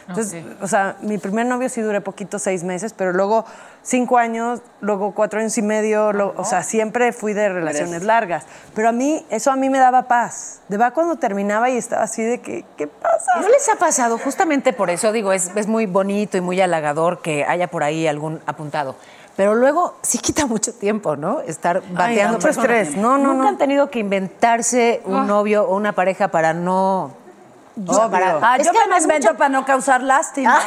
C: Entonces, o sea, mi primer novio sí duré poquito, seis meses, pero luego cinco años, luego cuatro años y medio, lo- o sea, siempre fui de relaciones
F: Tres.
C: largas. Pero a mí, eso a mí me daba paz. De verdad, cuando terminaba y estaba así de que, ¿qué pasa?
B: ¿No les ha pasado? Justamente por eso digo, es, es muy bonito y muy halagador que haya por ahí algún apuntado. Pero luego sí quita mucho tiempo, ¿no? Estar bateando.
C: mucho
B: personas.
C: estrés. No, no,
B: ¿Nunca
C: no.
B: han tenido que inventarse un
C: Ah.
B: novio o una pareja para no... o sea, para-
F: Ah,
B: Es
F: yo
B: que
F: me
B: además
F: invento para no causar lástima.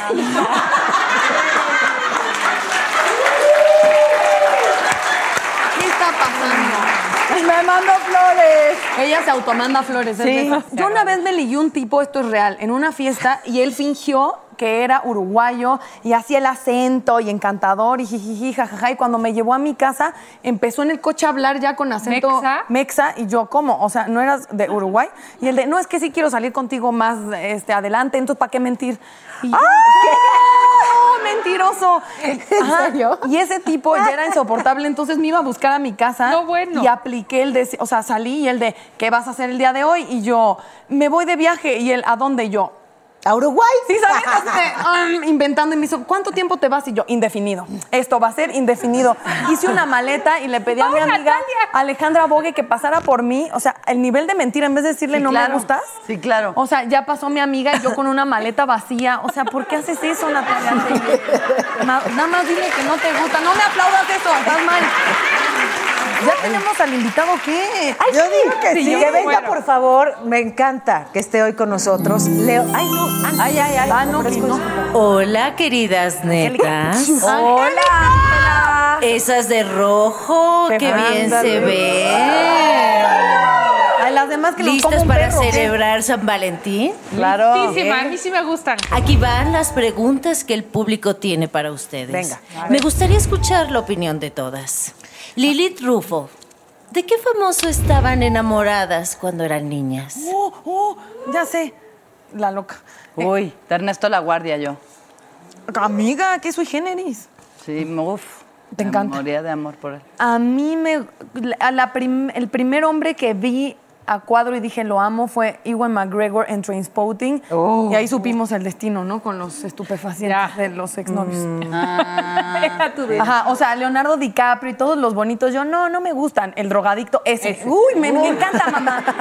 D: ¿Qué está pasando?
F: Pues Me mando flores.
D: Ella se automanda flores. es
F: Sí.
D: neta. Yo una vez me ligué un tipo, esto es real, en una fiesta y él fingió que era uruguayo y hacía el acento y encantador y jijiji, jajaja. Y cuando me llevó a mi casa, empezó en el coche a hablar ya con acento
E: ¿Mexa?
D: mexa y yo, ¿cómo? O sea, ¿no eras de Uruguay? Y el de, no, es que sí quiero salir contigo más este, adelante, entonces, ¿para qué mentir? Y yo, ¡Oh, mentiroso! Ajá, Y ese tipo ya era insoportable, entonces me iba a buscar a mi casa. Y apliqué el de, o sea, salí y el de, ¿qué vas a hacer el día de hoy? Y yo, me voy de viaje. Y él, ¿a dónde? Y yo, ¿a Uruguay? Sí, ¿sabes? Así de, um, inventando. Y me hizo, ¿cuánto tiempo te vas? Y yo, indefinido. Esto va a ser indefinido. Hice una maleta y le pedí a mi amiga Alejandra Bogue que pasara por mí. O sea, el nivel de mentira, en vez de decirle,
F: Sí,
D: ¿no
F: claro.
D: me gustas?
F: Sí, claro.
D: O sea, ya pasó mi amiga y yo con una maleta vacía. O sea, ¿por qué haces eso, Natalia? Ma- Nada más dile que no te gusta. No me aplaudas eso, estás mal. ¿Ya tenemos al invitado qué?
B: Yo digo que sí.
D: yo
B: Que
D: me
B: venga,
D: muero.
B: por favor. Me encanta que esté hoy con nosotros. Leo. Ay, no. Ay, ay, ay.
D: Ah, no, que no.
P: Hola, queridas netas. Oh,
B: Hola.
P: Esas de rojo,
D: Qué
P: qué bien
D: ándale.
P: se ve.
D: A las demás que nos
P: ¿Listas
D: como un
P: para
D: perro, ¿qué?
P: celebrar San Valentín?
D: Claro. Listísima, a mí
P: sí me gustan. Aquí van las preguntas que el público tiene para ustedes.
B: Venga. A ver.
P: Me gustaría escuchar la opinión de todas. Lilith Rufo, ¿de qué famoso estaban enamoradas cuando eran niñas?
D: Oh, oh, ya sé. La loca.
F: Uy, de Ernesto La Guardia yo.
D: Amiga, ¿qué sui generis?
F: Sí, uff.
D: Te encanta.
F: Me moría de amor por él.
D: A mí me. a la prim- el primer hombre que vi a cuadro y dije lo amo fue Ewan McGregor en Trainspotting.
P: Oh.
D: Y ahí supimos el destino, ¿no? Con los estupefacientes de los exnovios.
P: Mm.
D: Ajá, o sea, Leonardo DiCaprio y todos los bonitos. Yo, no, no me gustan. El drogadicto ese. Uy, me, me encanta, mamá.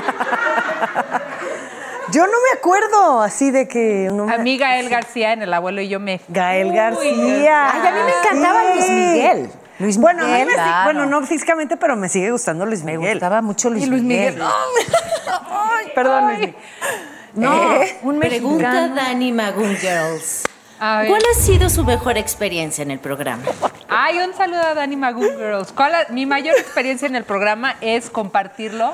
C: Yo no me acuerdo así de que. No me-
E: A mí Gael García en El Abuelo y yo me...
C: Gael
E: Uy,
C: García.
E: Ay, a mí me encantaba Luis Miguel.
C: Luis bueno, a mí
E: Miguel,
C: me si-
E: claro.
C: bueno, no físicamente, pero me sigue gustando Luis Miguel. Me gustaba
B: mucho
C: Luis, Miguel. Perdón, Luis Miguel.
P: No,
C: Eh, un mexicano.
P: Pregunta Dani Magoon Girls.
E: ver.
P: ¿Cuál ha sido su mejor experiencia en el programa?
E: Ay, un saludo a Dani Magoon Girls. ¿Cuál ha- mi mayor experiencia en el programa es compartirlo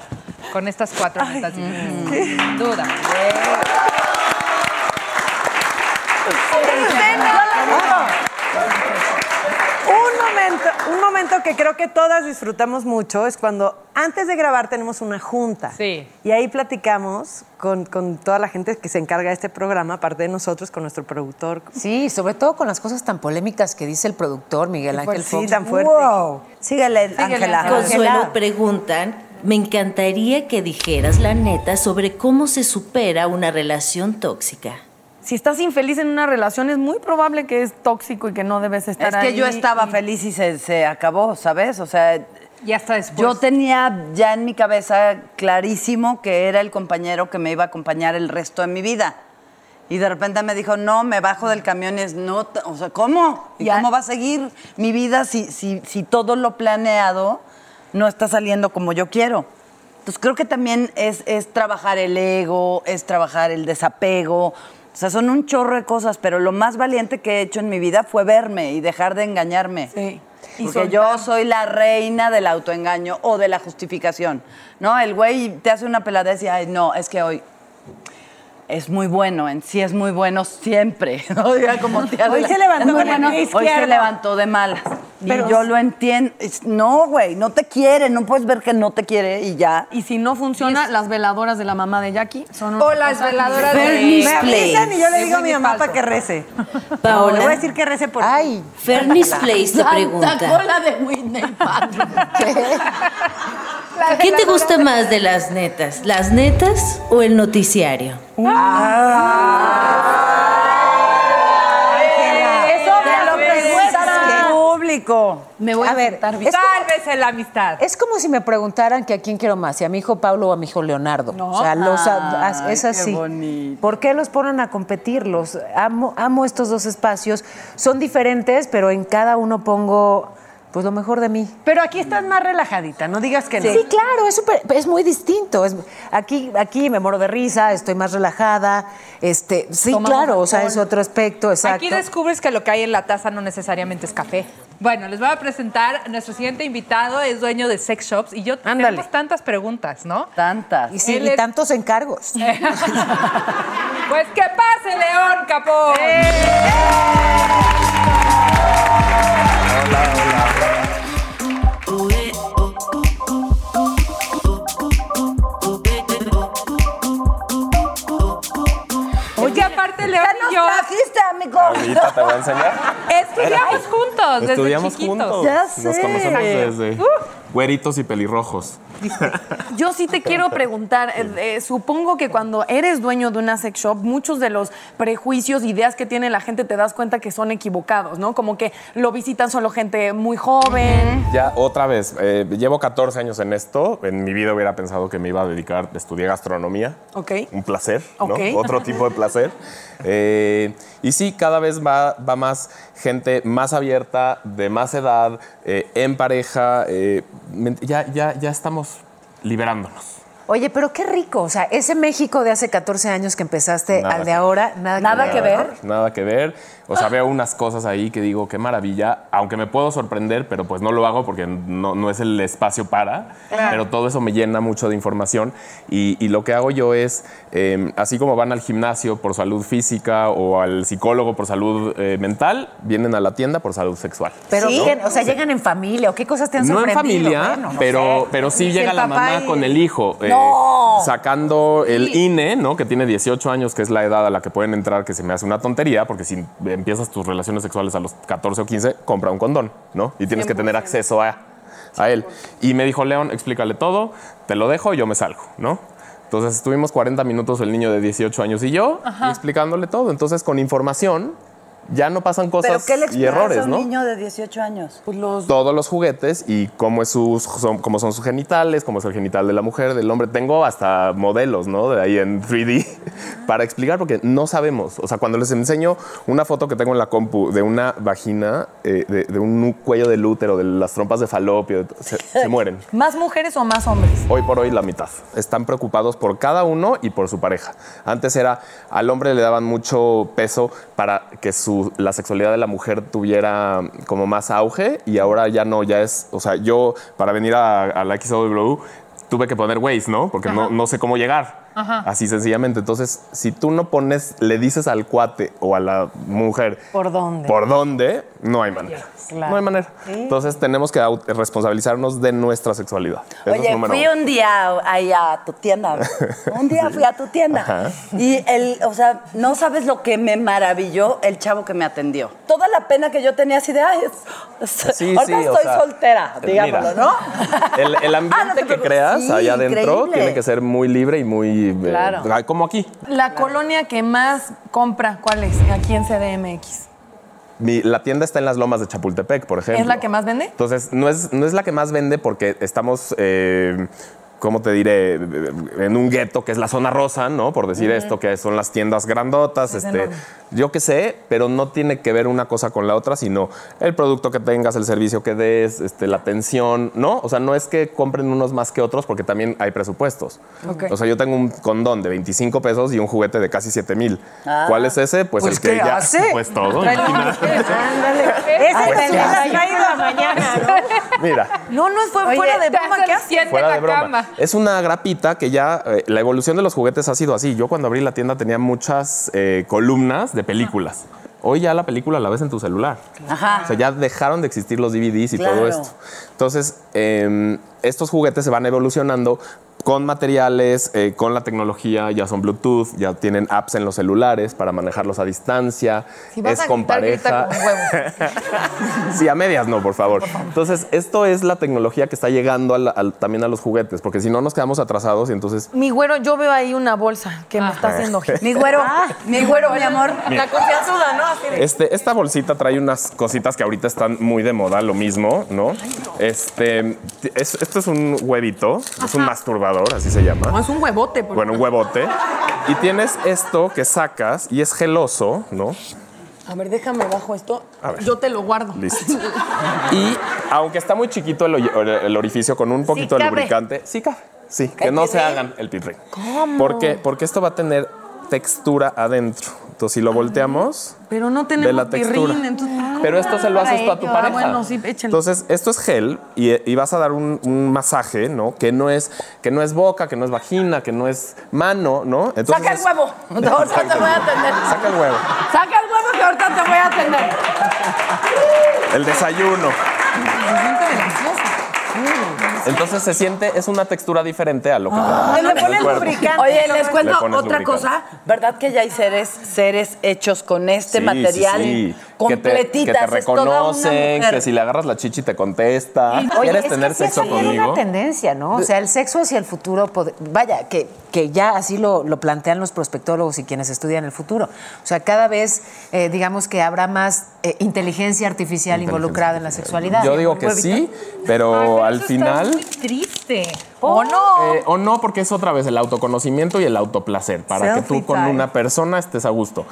E: con estas cuatro netas.
D: mm.
E: Sin duda.
C: Uno momento, un momento que creo que todas disfrutamos mucho es cuando antes de grabar tenemos una junta.
B: Sí.
C: Y ahí platicamos con, con toda la gente que se encarga de este programa, aparte de nosotros, con nuestro productor.
B: Sí, sobre todo con las cosas tan polémicas que dice el productor Miguel Ángel
C: sí,
B: Fox.
C: tan fuerte.
B: Wow.
F: Sígale,
B: Ángela.
P: Consuelo, preguntan, me encantaría que dijeras la neta sobre cómo se supera una relación tóxica.
D: Si estás infeliz en una relación, es muy probable que es tóxico y que no debes estar
F: Es que
D: ahí.
F: yo estaba feliz y se, se acabó, ¿sabes? O sea,
E: Ya está después.
D: pues,
F: yo tenía ya en mi cabeza clarísimo que era el compañero que me iba a acompañar el resto de mi vida. Y de repente me dijo, no, me bajo del camión y es, no, t- o sea, ¿cómo? ¿Y
D: Ya.
F: cómo va a seguir mi vida si, si, si todo lo planeado no está saliendo como yo quiero? Entonces creo que también es, es trabajar el ego, es trabajar el desapego. O sea, son un chorro de cosas, pero lo más valiente que he hecho en mi vida fue verme y dejar de engañarme. Sí.
D: Y
F: Porque yo soy la reina del autoengaño o de la justificación. ¿No? El güey te hace una pelada y dice, ay, no, es que hoy es muy bueno, en sí es muy bueno siempre. ¿no? Ya como te
C: Hoy se
F: habla,
C: levantó
F: es muy
C: con el pie
F: Hoy
C: izquierdo.
F: se levantó de malas.
C: Pero-
F: y yo lo entiendo. Es- No, güey, no te quiere, no puedes ver que no te quiere y ya.
D: Y si no funciona, las veladoras de la mamá de Jackie son
C: O las veladoras de-
F: Bernice
C: Me
F: Place.
C: avisan y yo le digo a mi mamá para que rece. No, le voy a decir que rece por Ay,
P: Fernis Place te pregunta,
D: cola de Whitney
P: ¿qué te gusta más de las netas? ¿Las netas o el noticiario?
E: Eso
F: te lo
C: Pues,
F: preguntan al público.
D: Me voy a, ver,
B: bien.
E: Sálvese la amistad.
B: Es como si me preguntaran que a quién quiero más, si a mi hijo Pablo o a mi hijo Leonardo. O sea, los, a- a- es
F: Ay,
B: así.
F: Qué bonito.
B: ¿Por qué los ponen a competir? Los amo, amo estos dos espacios. Son diferentes, pero en cada uno pongo pues lo mejor de mí.
C: Pero aquí estás más relajadita, no digas que no.
B: Sí, claro, es, súper- es muy distinto. Es, aquí, aquí me muero de risa, estoy más relajada. Este, sí,
E: Tomamos
B: claro, o sea,
E: alcohol.
B: es otro aspecto, exacto.
E: Aquí descubres que lo que hay en la taza no necesariamente es café. Bueno, les voy a presentar a nuestro siguiente invitado, es dueño de sex shops y yo tenemos tantas preguntas, ¿no?
F: Tantas.
B: y, sí,
E: él
B: y
E: es-
B: tantos encargos.
E: Pues que pase León Capón. Oye, aparte León y yo
F: trajiste, amigo?
O: Ahorita te voy a enseñar.
E: estudiamos juntos desde
O: Estudiamos
E: chiquitos.
O: juntos. Nos conocemos desde güeritos y pelirrojos.
D: Yo sí te quiero preguntar, eh, eh, supongo que cuando eres dueño de una sex shop, muchos de los prejuicios, ideas que tiene la gente, te das cuenta que son equivocados, ¿no? Como que lo visitan solo gente muy joven.
O: Ya otra vez, eh, llevo 14 años en esto. En mi vida hubiera pensado que me iba a dedicar, estudié gastronomía.
D: Ok.
O: Un placer, ¿no?
D: Ok.
O: Otro tipo de placer. Eh, y sí, cada vez va, va más gente más abierta, de más edad, eh, en pareja. eh, men- ya, ya, ya estamos liberándonos.
B: Oye, pero qué rico. O sea, ese México de hace 14 años que empezaste
O: Nada
B: al
O: que-
B: de ahora, nada, que ver.
O: Nada que ver. O sea, veo unas cosas ahí que digo, qué maravilla, aunque me puedo sorprender, pero pues no lo hago porque no, no es el espacio para.
H: Claro.
O: Pero todo eso me llena mucho de información y, y lo que hago yo es, eh, así como van al gimnasio por salud física o al psicólogo por salud eh, mental, vienen a la tienda por salud sexual.
B: Pero
O: ¿no?
B: llegan- o sea, llegan en familia o qué cosas te han
O: No en
B: sorprendido.
O: familia,
B: Bueno, no
O: pero,
B: sé.
O: pero sí
B: Si
O: llega
B: el
O: la
B: papá
O: mamá
B: y-
O: con el hijo, eh,
B: ¡No!
O: sacando el INE, ¿no? Que tiene 18 años, que es la edad a la que pueden entrar, que se me hace una tontería, porque si empiezas tus relaciones sexuales a los 14 o 15, compra un condón, ¿no? Y tienes que tener acceso a, a él. Y me dijo, León, explícale todo, te lo dejo, yo me salgo, ¿no? Entonces estuvimos 40 minutos el niño de 18 años y yo y explicándole todo. Entonces con información ya no pasan
F: ¿Pero
O: cosas
F: qué le
O: y
F: explicas
O: errores,
F: a un
O: ¿no?
F: niño de 18 años?
D: Pues los
O: todos los juguetes y cómo, es sus, son, cómo son sus genitales, cómo es el genital de la mujer, del hombre. Tengo hasta modelos, ¿no? De ahí en 3D para explicar porque no sabemos. O sea, cuando les enseño una foto que tengo en la compu de una vagina, eh, de, de un cuello del útero, de las trompas de falopio, de- se, se mueren.
D: ¿Más mujeres o más hombres?
O: Hoy por hoy la mitad. Están preocupados por cada uno y por su pareja. Antes era, al hombre le daban mucho peso para que su, la sexualidad de la mujer tuviera como más auge y ahora ya no, ya es, o sea, yo para venir a, a la XW tuve que poner Waze, ¿no? Porque no, no sé cómo llegar.
E: Ajá.
O: Así sencillamente. Entonces, si tú no pones, le dices al cuate o a la mujer
C: ¿Por dónde?
O: por dónde, no hay manera. No hay manera. Entonces, tenemos que au- responsabilizarnos de nuestra sexualidad. Eso es
F: Oye,
O: número
F: fui
O: uno.
F: un día ahí a tu tienda. Un día fui a tu tienda.
O: Ajá.
F: Y el, o sea, no sabes lo que me maravilló el chavo que me atendió. Toda la pena que yo tenía así de, ay, es-
O: Sí,
F: ahorita
O: sí, o
F: estoy
O: sea,
F: soltera,
O: mira.
F: digámoslo, ¿no?
O: El, el
D: Ah,
O: ambiente que creas
D: Sí,
O: allá adentro
D: increíble.
O: tiene que ser muy libre y muy... eh,
D: Claro.
O: como aquí.
D: La colonia que más compra, ¿cuál es? Aquí en CDMX.
O: Mi- la tienda está en las lomas de Chapultepec, por ejemplo.
D: ¿Es la que más vende?
O: Entonces, no es, no es la que más vende porque estamos, eh, ¿cómo te diré? En un gueto que es la zona rosa, ¿no? Por decir
H: Ujú.
O: esto, que son las tiendas grandotas,
H: Es
O: este,
H: enorme.
O: yo qué sé, pero no tiene que ver una cosa con la otra, sino el producto que tengas, el servicio que des, este, la atención, ¿no? O sea, no es que compren unos más que otros porque también hay presupuestos.
H: Ok.
O: O sea, yo tengo un condón de 25 pesos y un juguete de casi 7 mil.
F: Ah.
O: ¿Cuál es ese? Pues,
F: Pues,
O: el que
F: ¿qué
O: ya...
F: hace?
O: Pues todo.
F: Trae lo
O: imagínate.
F: Ándale.
O: Ah,
F: Ese
O: pues,
F: también
O: ¿qué
F: la
O: hace?
F: traigo a la mañana, ¿no?
O: Mira,
D: No, no fue fuera de broma, ¿qué haces?
O: Fuera de broma. Es una grapita que ya eh, la evolución de los juguetes ha sido así. Yo cuando abrí la tienda tenía muchas eh, columnas de películas. Hoy ya la película la ves en tu celular.
F: Ajá.
O: O sea, ya dejaron de existir los DVDs y todo
F: Claro.
O: esto. Entonces, eh, estos juguetes se van evolucionando con materiales, eh, con la tecnología, ya son Bluetooth, ya tienen apps en los celulares para manejarlos a distancia,
Q: Si vas
O: es
Q: a
O: con
Q: gritar,
O: pareja.
Q: grita como huevo.
O: Sí, a medias no, por favor. Entonces, esto es la tecnología que está llegando al- al- también a los juguetes, porque si no nos quedamos atrasados y entonces...
D: Mi güero, yo veo ahí una bolsa que me está haciendo ojito.
O: Mi güero,
F: mi güero, mi amor.
O: Mira.
D: La confianzuda, ¿no? Así de-
O: Este, esta bolsita trae unas cositas que ahorita están muy de moda, lo mismo, ¿no? Este, es- esto es un huevito, es un masturbador, así se llama.
E: No, es un huevote. por-
O: Bueno, un huevote. Y tienes esto que sacas y es geloso, ¿no?
D: A ver, déjame bajo esto.
O: A ver.
D: Yo te lo guardo.
O: Listo. Y aunque está muy chiquito el, hoy- el orificio con un poquito de
D: cabe.
O: lubricante, sí cabe. Sí, que no se hagan el pit ring.
D: ¿Cómo?
O: ¿Por qué? Porque esto va a tener textura adentro. Entonces, si lo volteamos,
D: Pero no
O: Ve la
D: tenemos
O: textura.
D: pirrín, entonces. ¿cómo
O: Pero esto se lo
D: para
O: haces tú a tu
D: ello? Ah,
O: pareja.
D: bueno, sí, échale.
O: Entonces, esto es gel y, y vas a dar un, un masaje, ¿no? Que no, es, que no es boca, que no es vagina, que no es mano, ¿no? Entonces,
F: Saca el
O: es-
F: huevo. Ahorita te voy a atender.
O: Saca el huevo.
F: Saca el huevo que ahorita te voy a atender.
O: El desayuno. Entonces se siente, es una textura diferente a lo que
F: Ay, le
O: al
F: pones
O: cuerpo.
F: lubricante. Oye, les cuento
O: Le pones
F: otra
O: lubricante.
F: cosa. ¿Verdad que ya hay seres, seres hechos con este
O: Sí,
F: material
O: sí, sí. Que te-
F: completitas?
O: Que te,
F: es toda una
O: reconocen,
F: mujer.
O: que si le agarras la chichi te contesta.
B: Oye,
O: ¿Quieres
B: es que
O: tener
B: sí,
O: sexo
B: eso ya era
O: conmigo?
B: una tendencia, ¿no? O sea, el sexo hacia el futuro, pod- vaya, que, que ya así lo, lo plantean los prospectólogos y quienes estudian el futuro. O sea, cada vez, eh, digamos que habrá más eh, inteligencia artificial involucrada en la sexualidad.
D: ¿eh?
O: Yo digo que sí, pero al final.
B: triste.
D: ¿O no?
O: eh, o no, porque es otra vez el autoconocimiento y el autoplacer, para que
H: Selfie
O: tú con
H: time.
O: una persona estés a gusto.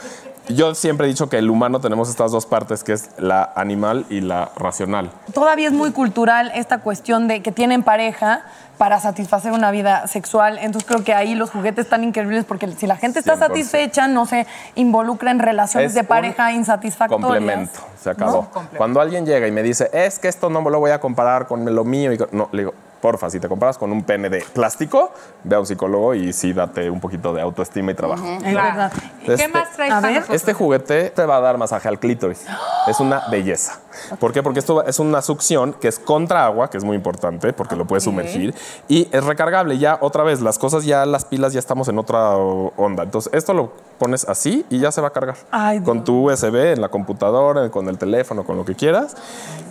O: Yo siempre he dicho que el humano tenemos estas dos partes, que es la animal y la racional.
D: Todavía es muy cultural esta cuestión de que tienen pareja para satisfacer una vida sexual. Entonces creo que ahí los juguetes están increíbles porque si la gente está
O: 100%.
D: satisfecha, no se involucra en relaciones
O: Es
D: de pareja insatisfactorias.
O: Complemento, se acabó.
D: No, complemento.
O: Cuando alguien llega y me dice, es que esto no me lo voy a comparar con lo mío, y con-". no, le digo, porfa, si te comparas con un pene de plástico, ve a un psicólogo y sí, date un poquito de autoestima y trabajo.
E: Es verdad. ¿Y qué
O: Este-
E: más traes para nosotros?
O: Este juguete te va a dar masaje al clítoris. Es una belleza. ¿Por qué? Porque esto va- es una succión que es contra agua, que es muy importante porque lo puedes
H: Ok.
O: sumergir. Y es recargable. Ya otra vez, las cosas ya, las pilas ya estamos en otra o- onda. Entonces, esto lo pones así y ya se va a cargar.
D: Ay,
O: con tu USB, en la computadora, con el teléfono, con lo que quieras.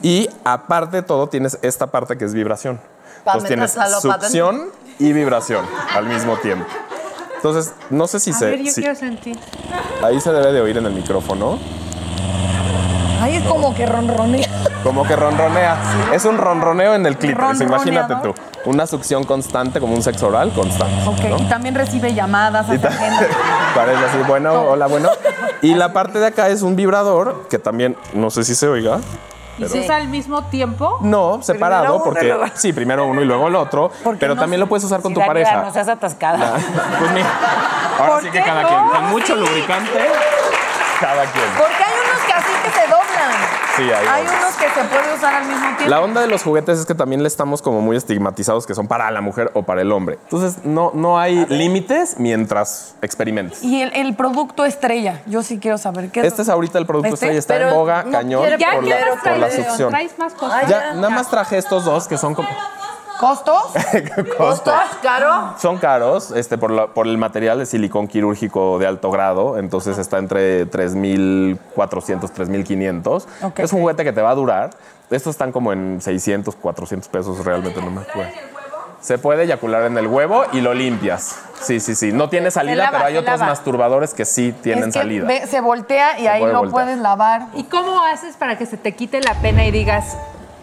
O: Y aparte de todo, tienes esta parte que es vibración.
F: Pa'
O: Entonces tienes
F: metérselo pa' dentro.
O: succión y vibración al mismo tiempo. Entonces, no sé si
E: a
O: se...
E: ver, yo
O: si-
E: quiero sentir.
O: Ahí se debe de oír en el micrófono.
D: Ay, es como que ronronea.
O: Como que ronronea. Es un ronroneo en el clítoris,
D: Ronroneador.
O: imagínate tú. Una succión constante, como un sexo oral constante.
D: Ok,
O: ¿no?
D: y también recibe llamadas.
O: Y
D: hace
O: ta-
D: agenda.
O: Parece así, bueno, hola, bueno. Y la parte de acá es un vibrador, que también, no sé si se oiga.
E: ¿Y
O: pero-
E: se usa al mismo tiempo?
O: No, separado,
E: uno,
O: porque
E: luego-
O: sí, primero uno y luego el otro, pero también lo puedes usar con tu pareja.
B: No seas atascada.
O: Pues mira, ahora sí que cada
B: no?
O: quien, con mucho lubricante, cada quien.
D: Porque hay unos que así que se doblan.
O: Sí, ahí
B: Hay
O: vamos.
B: unos que se pueden usar al mismo tiempo.
O: La onda de los juguetes es que también le estamos como muy estigmatizados que son para la mujer o para el hombre. Entonces, no, no hay límites mientras experimentes.
D: Y el, el producto estrella, yo sí quiero saber qué
O: Este es ahorita el producto
D: Este,
O: estrella, está en
D: pero
O: boga,
D: no
O: cañón,
D: quiere
O: por
D: poner
O: la,
D: otro
O: por la
D: video.
O: succión.
E: Traes más cosas.
O: Ya, nada más traje estos dos que son como...
B: ¿Costos?
O: Costos.
B: ¿Caro?
O: Son caros este, por, la- por el material de silicón quirúrgico de alto grado, entonces está entre 3.400, 3.500.
B: Ok.
O: Es un juguete que te va a durar. Estos están como en 600, 400 pesos realmente, no me acuerdo. Se puede eyacular en el huevo y lo limpias. Sí, sí, sí. No tiene salida,
D: lava,
O: pero hay
D: se
O: otros
D: lava.
O: masturbadores que sí tienen
D: Es que
O: salida.
D: ve- se voltea y
O: Se
D: ahí
O: puede
D: lo
O: voltear.
D: puedes lavar.
E: ¿Y cómo haces para que se te quite la pena y digas,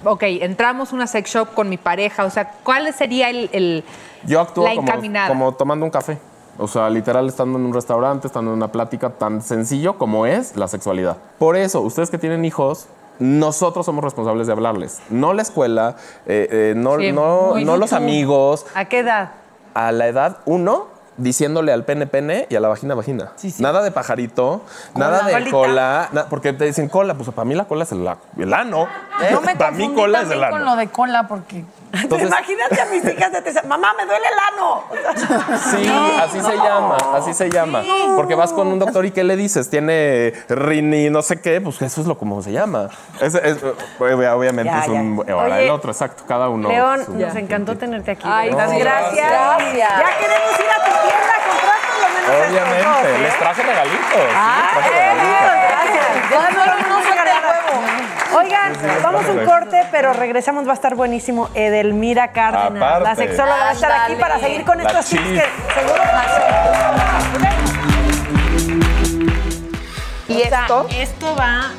E: ok, entramos a una sex shop con mi pareja? O sea, ¿cuál sería el. el-
O: Yo actúo
E: La
O: como,
E: encaminada.
O: como tomando un café. O sea, literal, estando en un restaurante, estando en una plática, tan sencillo como es la sexualidad. Por eso, ustedes que tienen hijos, nosotros somos responsables de hablarles. No la escuela, eh, eh, no,
B: Sí,
O: no,
B: muy
O: no los
B: tú.
O: amigos.
B: ¿A qué edad?
O: A la edad uno, diciéndole al pene pene y a la vagina vagina. Nada de pajarito, nada de
B: colita.
O: cola. na- porque te dicen cola, pues para mí la cola es el, el ano.
B: No me
O: para mí
B: confundí
O: cola es
B: también
O: el ano.
D: Con lo de cola, porque.
O: Entonces-
B: Imagínate a mis hijas de tres- Mamá, me duele el ano.
O: Sí, así se llama, así se llama. Porque vas con un doctor y ¿qué le dices? Tiene rini, no sé qué, pues eso es lo como se llama. Es- es- obviamente
C: Ya,
O: es un...
C: ya.
O: Ahora
C: Oye,
O: el otro, exacto, cada uno.
C: León,
O: su-
C: nos encantó tenerte aquí.
O: Ay,
C: de verdad.
O: sí, gracias.
B: Gracias. Ya queremos ir a tu tienda a comprar por lo menos estos dos,
O: Obviamente,
B: ¿eh?
O: les traje regalitos. sí, les traje
B: Gracias.
C: Ah, eh, Ya no, no, no,
B: Gracias.
C: Oigan,
O: Sí, sí, está
C: vamos a un
O: perfecto.
C: corte, pero regresamos. Va a estar buenísimo Edelmira Cárdenas, la
O: Aparte.
C: sexóloga, va a estar aquí
B: Ándale.
C: para seguir con
O: La
C: estos tips
O: chis.
C: que seguro
Q: Y esto.
C: Esto va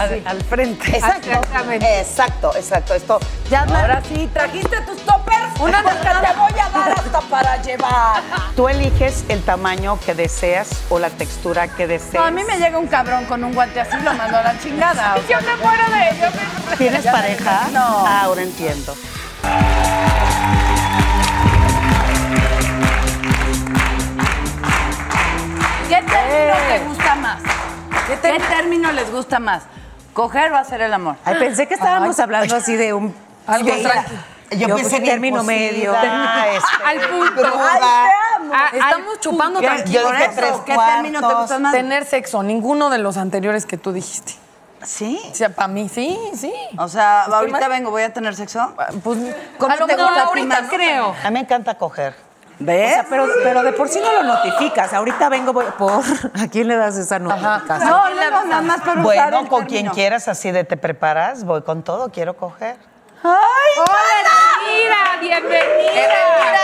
C: al, al frente.
Q: Exacto. Exacto, exacto. Esto. Ya Ahora sí, trajiste tus toppers. Una porque te voy a dar hasta para llevar. Tú eliges el tamaño que deseas o la textura que deseas.
D: No, a mí me llega un cabrón con un guante así, lo mando a la chingada.
Q: Sí, yo me muero de- yo ¿Tienes pareja?
D: No.
Q: Ahora entiendo.
P: ¿Qué término te gusta más? ¿Qué, término les gusta más? ¿Coger o hacer el amor?
M: Ay, pensé que estábamos hablando así de un...
P: Algo
M: de-
P: tranqui.
M: Yo, pensé en
P: término
M: término
P: medio.
M: medio.
Q: Ah, este,
D: Al punto.
M: Ay, te amo.
D: A- Estamos chupando
M: Yo
D: tranquilos.
M: dije
D: Por
M: tres
D: eso, ¿Qué
M: cuartos.
D: término te gusta más? Tener sexo, ninguno de los anteriores que tú dijiste.
M: ¿Sí?
D: O sea, para mí sí, sí.
M: O sea,
D: Estoy
M: ahorita
D: mal.
M: vengo, ¿voy a tener sexo?
D: Pues,
M: ¿Cómo
D: a lo
M: te
D: mejor
M: gusta a ti,
D: ahorita
M: Manu?
D: creo.
Q: A mí me encanta coger.
M: ¿Ves?
Q: O sea,
M: pero,
Q: pero de por sí no lo notificas. Ahorita vengo voy- por.
M: ¿A quién le das esa notificación?
Q: No,
M: No, no, no, nada más para usar
Q: Bueno,
M: el
Q: con quien
M: término.
Q: quieras, así de te preparas, voy con todo, quiero coger.
M: ¡Ay,
E: ¡Hola! ¡Bienvenida! ¡Bienvenida!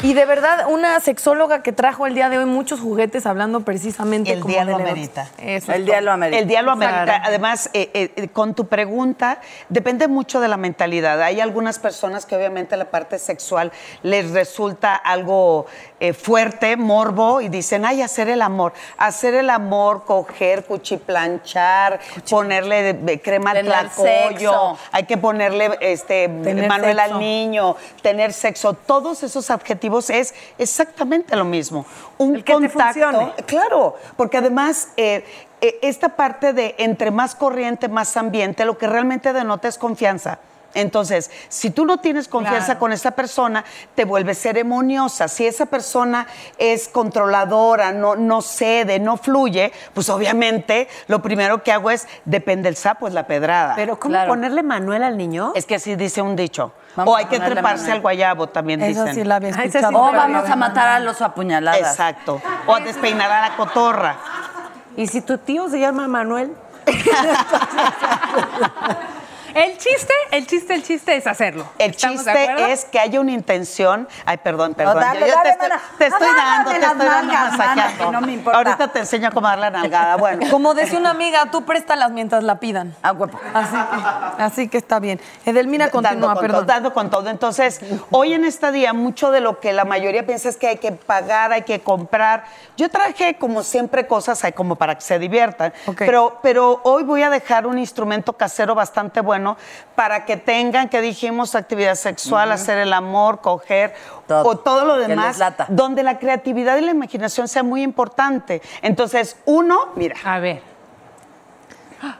D: Y de verdad, una sexóloga que trajo el día de hoy muchos juguetes hablando precisamente
Q: El
D: como
Q: día
D: de
Q: lo
D: la-
Q: amerita.
D: Eso es
M: El día
D: todo.
M: lo amerita.
Q: El diálogo amerita.
M: Claro.
Q: Además, eh, eh, eh, con tu pregunta, depende mucho de la mentalidad. Hay algunas personas que obviamente la parte sexual les resulta algo eh, fuerte, morbo, y dicen, ay, hacer el amor. Hacer el amor, coger, cuchiplanchar, ponerle de- de crema al
M: Tener
Q: tlacoyo,
M: sexo.
Q: hay que ponerle este,
M: Tener
Q: Manuel
M: sexo.
Q: al niño, tener sexo. Todos esos adjetivos es exactamente lo mismo. Un contacto. claro, porque además eh, eh, esta parte de entre más corriente, más ambiente, lo que realmente denota es confianza. Entonces, si tú no tienes confianza
M: Claro.
Q: con esa persona, te vuelves ceremoniosa. Si esa persona es controladora, no, no cede, no fluye, pues obviamente lo primero que hago es, depende el sapo, es la pedrada. Pero
M: ¿cómo Claro.
Q: ponerle Manuel al niño? Es que así dice un dicho.
M: Vamos
Q: o
M: a
Q: hay que
M: ponerle
Q: treparse
M: Manuel.
Q: al guayabo, también
M: Eso
Q: dicen.
M: sí la había Ah, esa sí escuchado. no
Q: O
M: la había escuchado.
Q: los apuñaladas. Exacto. O a despeinar a la cotorra.
M: ¿Y si tu tío se llama Manuel?
E: El chiste, el chiste, el chiste es hacerlo.
Q: El
E: ¿Estamos de acuerdo?
Q: chiste es que haya una intención. Ay, perdón, perdón.
M: No, Oh, dale,
Q: Yo- yo
M: dale,
Q: te estoy,
M: mana.
Q: te estoy
M: Agárrate
Q: dando, te
M: las
Q: estoy dando
M: nalgas, mana,
Q: masajeando.
M: que no me importa.
Q: Ahorita te enseño cómo dar la nalgada. Bueno,
D: Como decía una amiga, tú préstalas mientras la pidan.
B: Ah,
D: Así que, así que está bien. Edelmina continúa,
Q: dando con
D: perdón.
Q: todo, dando con todo. Entonces, hoy en este día, mucho de lo que la mayoría piensa es que hay que pagar, hay que comprar. Yo traje, como siempre, cosas ahí como para que se diviertan. Pero, pero hoy voy a dejar un instrumento casero bastante bueno mexicano para que tengan, que dijimos, actividad sexual, hacer el amor, coger o todo lo
B: les
Q: demás,
B: lata.
Q: donde la creatividad y la imaginación sea muy importante. Entonces, uno, mira. A ver.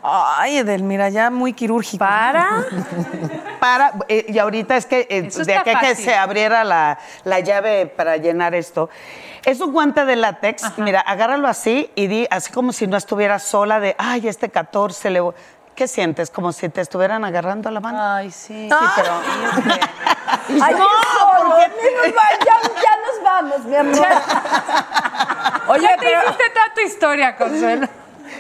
D: Ay, Edelmira, ya muy quirúrgico. Para.
Q: para, eh, y ahorita es que eh,
D: Eso
Q: de
D: está
Q: aquí a que
D: fácil.
Q: se abriera la, la llave para llenar esto. Es un guante de látex, mira, agárralo así y di, así como si no estuviera sola de, ay, este 14 le voy-". ¿Qué sientes? Como si te estuvieran agarrando la mano. Ay, sí.
F: Ah,
Q: Sí, pero...
B: Ay,
Q: no,
B: no,
Q: ¿por qué
B: ya, ya nos vamos, mi amor.
Q: Oye,
E: te hiciste toda tu historia, Consuelo.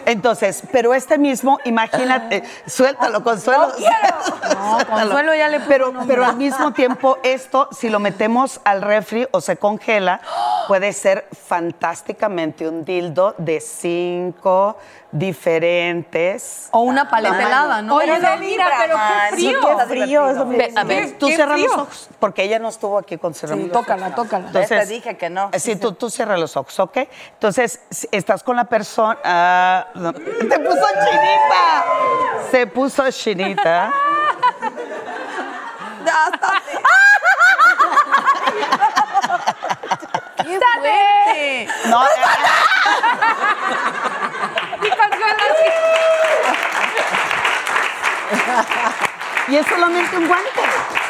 Q: Entonces, pero este mismo, imagínate, eh, suéltalo, Consuelo. No
D: Consuelo ya le puso
Q: pero,
D: nombre.
Q: pero al mismo tiempo, esto, si lo metemos al refri o se congela, puede ser fantásticamente un dildo de cinco diferentes.
D: O una paleta helada, ¿no?
E: Oye, Edelmira, pero qué frío.
Q: qué frío. es lo que
E: Ve,
Q: digo.
E: a ver,
Q: tú
E: qué
Q: cierra
E: frío.
Q: los ojos, porque ella no estuvo aquí con cerrar
E: Sí,
Q: los
E: tócala,
Q: ojos.
E: tócala.
F: Ya te dije que no.
Q: eh, Sí, tú, tú cierra los ojos, ¿ok? Entonces, si estás con la persona... ah, no. ¡Te puso chinita! Se puso chinita.
E: ¡Date!
Q: No, eh,
E: Y Consuelo así.
Q: Y es solamente un guante.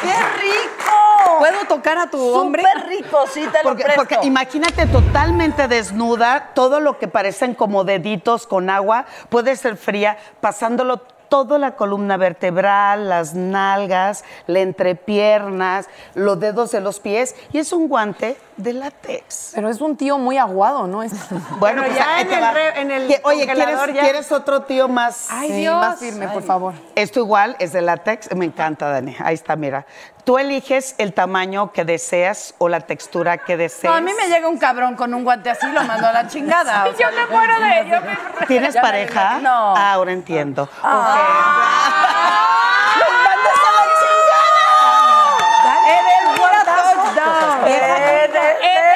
F: ¡Qué rico!
D: ¿Puedo tocar a tu
Q: hombre?
F: Súper rico, sí, te lo
Q: Porque,
F: presto.
Q: porque imagínate totalmente desnuda, todo lo que parecen como deditos con agua, puede ser fría, pasándolo toda la columna vertebral, las nalgas, la entrepiernas, los dedos de los pies, y es un guante de látex.
D: Pero es un tío muy aguado, ¿no? Es...
Q: Bueno, pues ahí te va. Que- Oye, ¿quieres,
D: congelador ya-
Q: quieres otro tío más,
D: Ay,
Q: sí,
D: Dios.
Q: más firme, por favor? Esto igual es de látex. Me encanta, Dani. Ahí está, mira. Tú eliges el tamaño que deseas o la textura que
M: No,
Q: deseas.
M: a mí me llega un cabrón con un guante así, lo mando a la chingada.
Q: Sí, yo me muero de- yo
M: me...
Q: ¿Tienes pareja?
M: No.
Q: Ah, ahora entiendo. Ah.
F: ¡Los mandas a la chingada!
Q: ¡Eres
F: touchdown!
Q: Eres-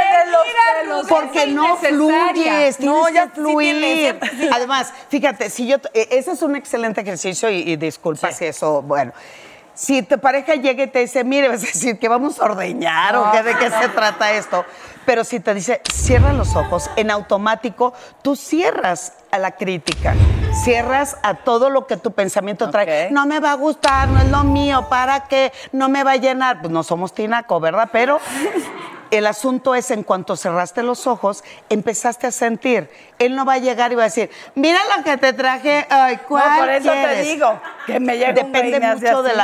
F: eres los
Q: Ok. Porque no fluyes, tienes que fluir. Además, fíjate, si yo, t- eh, ese es un excelente ejercicio y, y disculpa si eso, bueno. Si tu pareja llega y te dice, mire, vas a decir que vamos a ordeñar o
F: No,
Q: que de qué
F: no,
Q: se trata esto. Pero si te dice, cierra los ojos, en automático, tú cierras a la crítica, cierras a todo lo que tu pensamiento trae. No me va a gustar, no es lo mío, ¿para qué? No me va a llenar. Pues no somos tinaco, ¿verdad? Pero el asunto es, en cuanto cerraste los ojos, empezaste a sentir. Él no va a llegar y va a decir, mira lo que te traje, ay, ¿cuál
F: por eso te
Q: quieres?".
F: digo, que me llega un güey
Q: Depende
F: y me hace
Q: mucho de
F: así,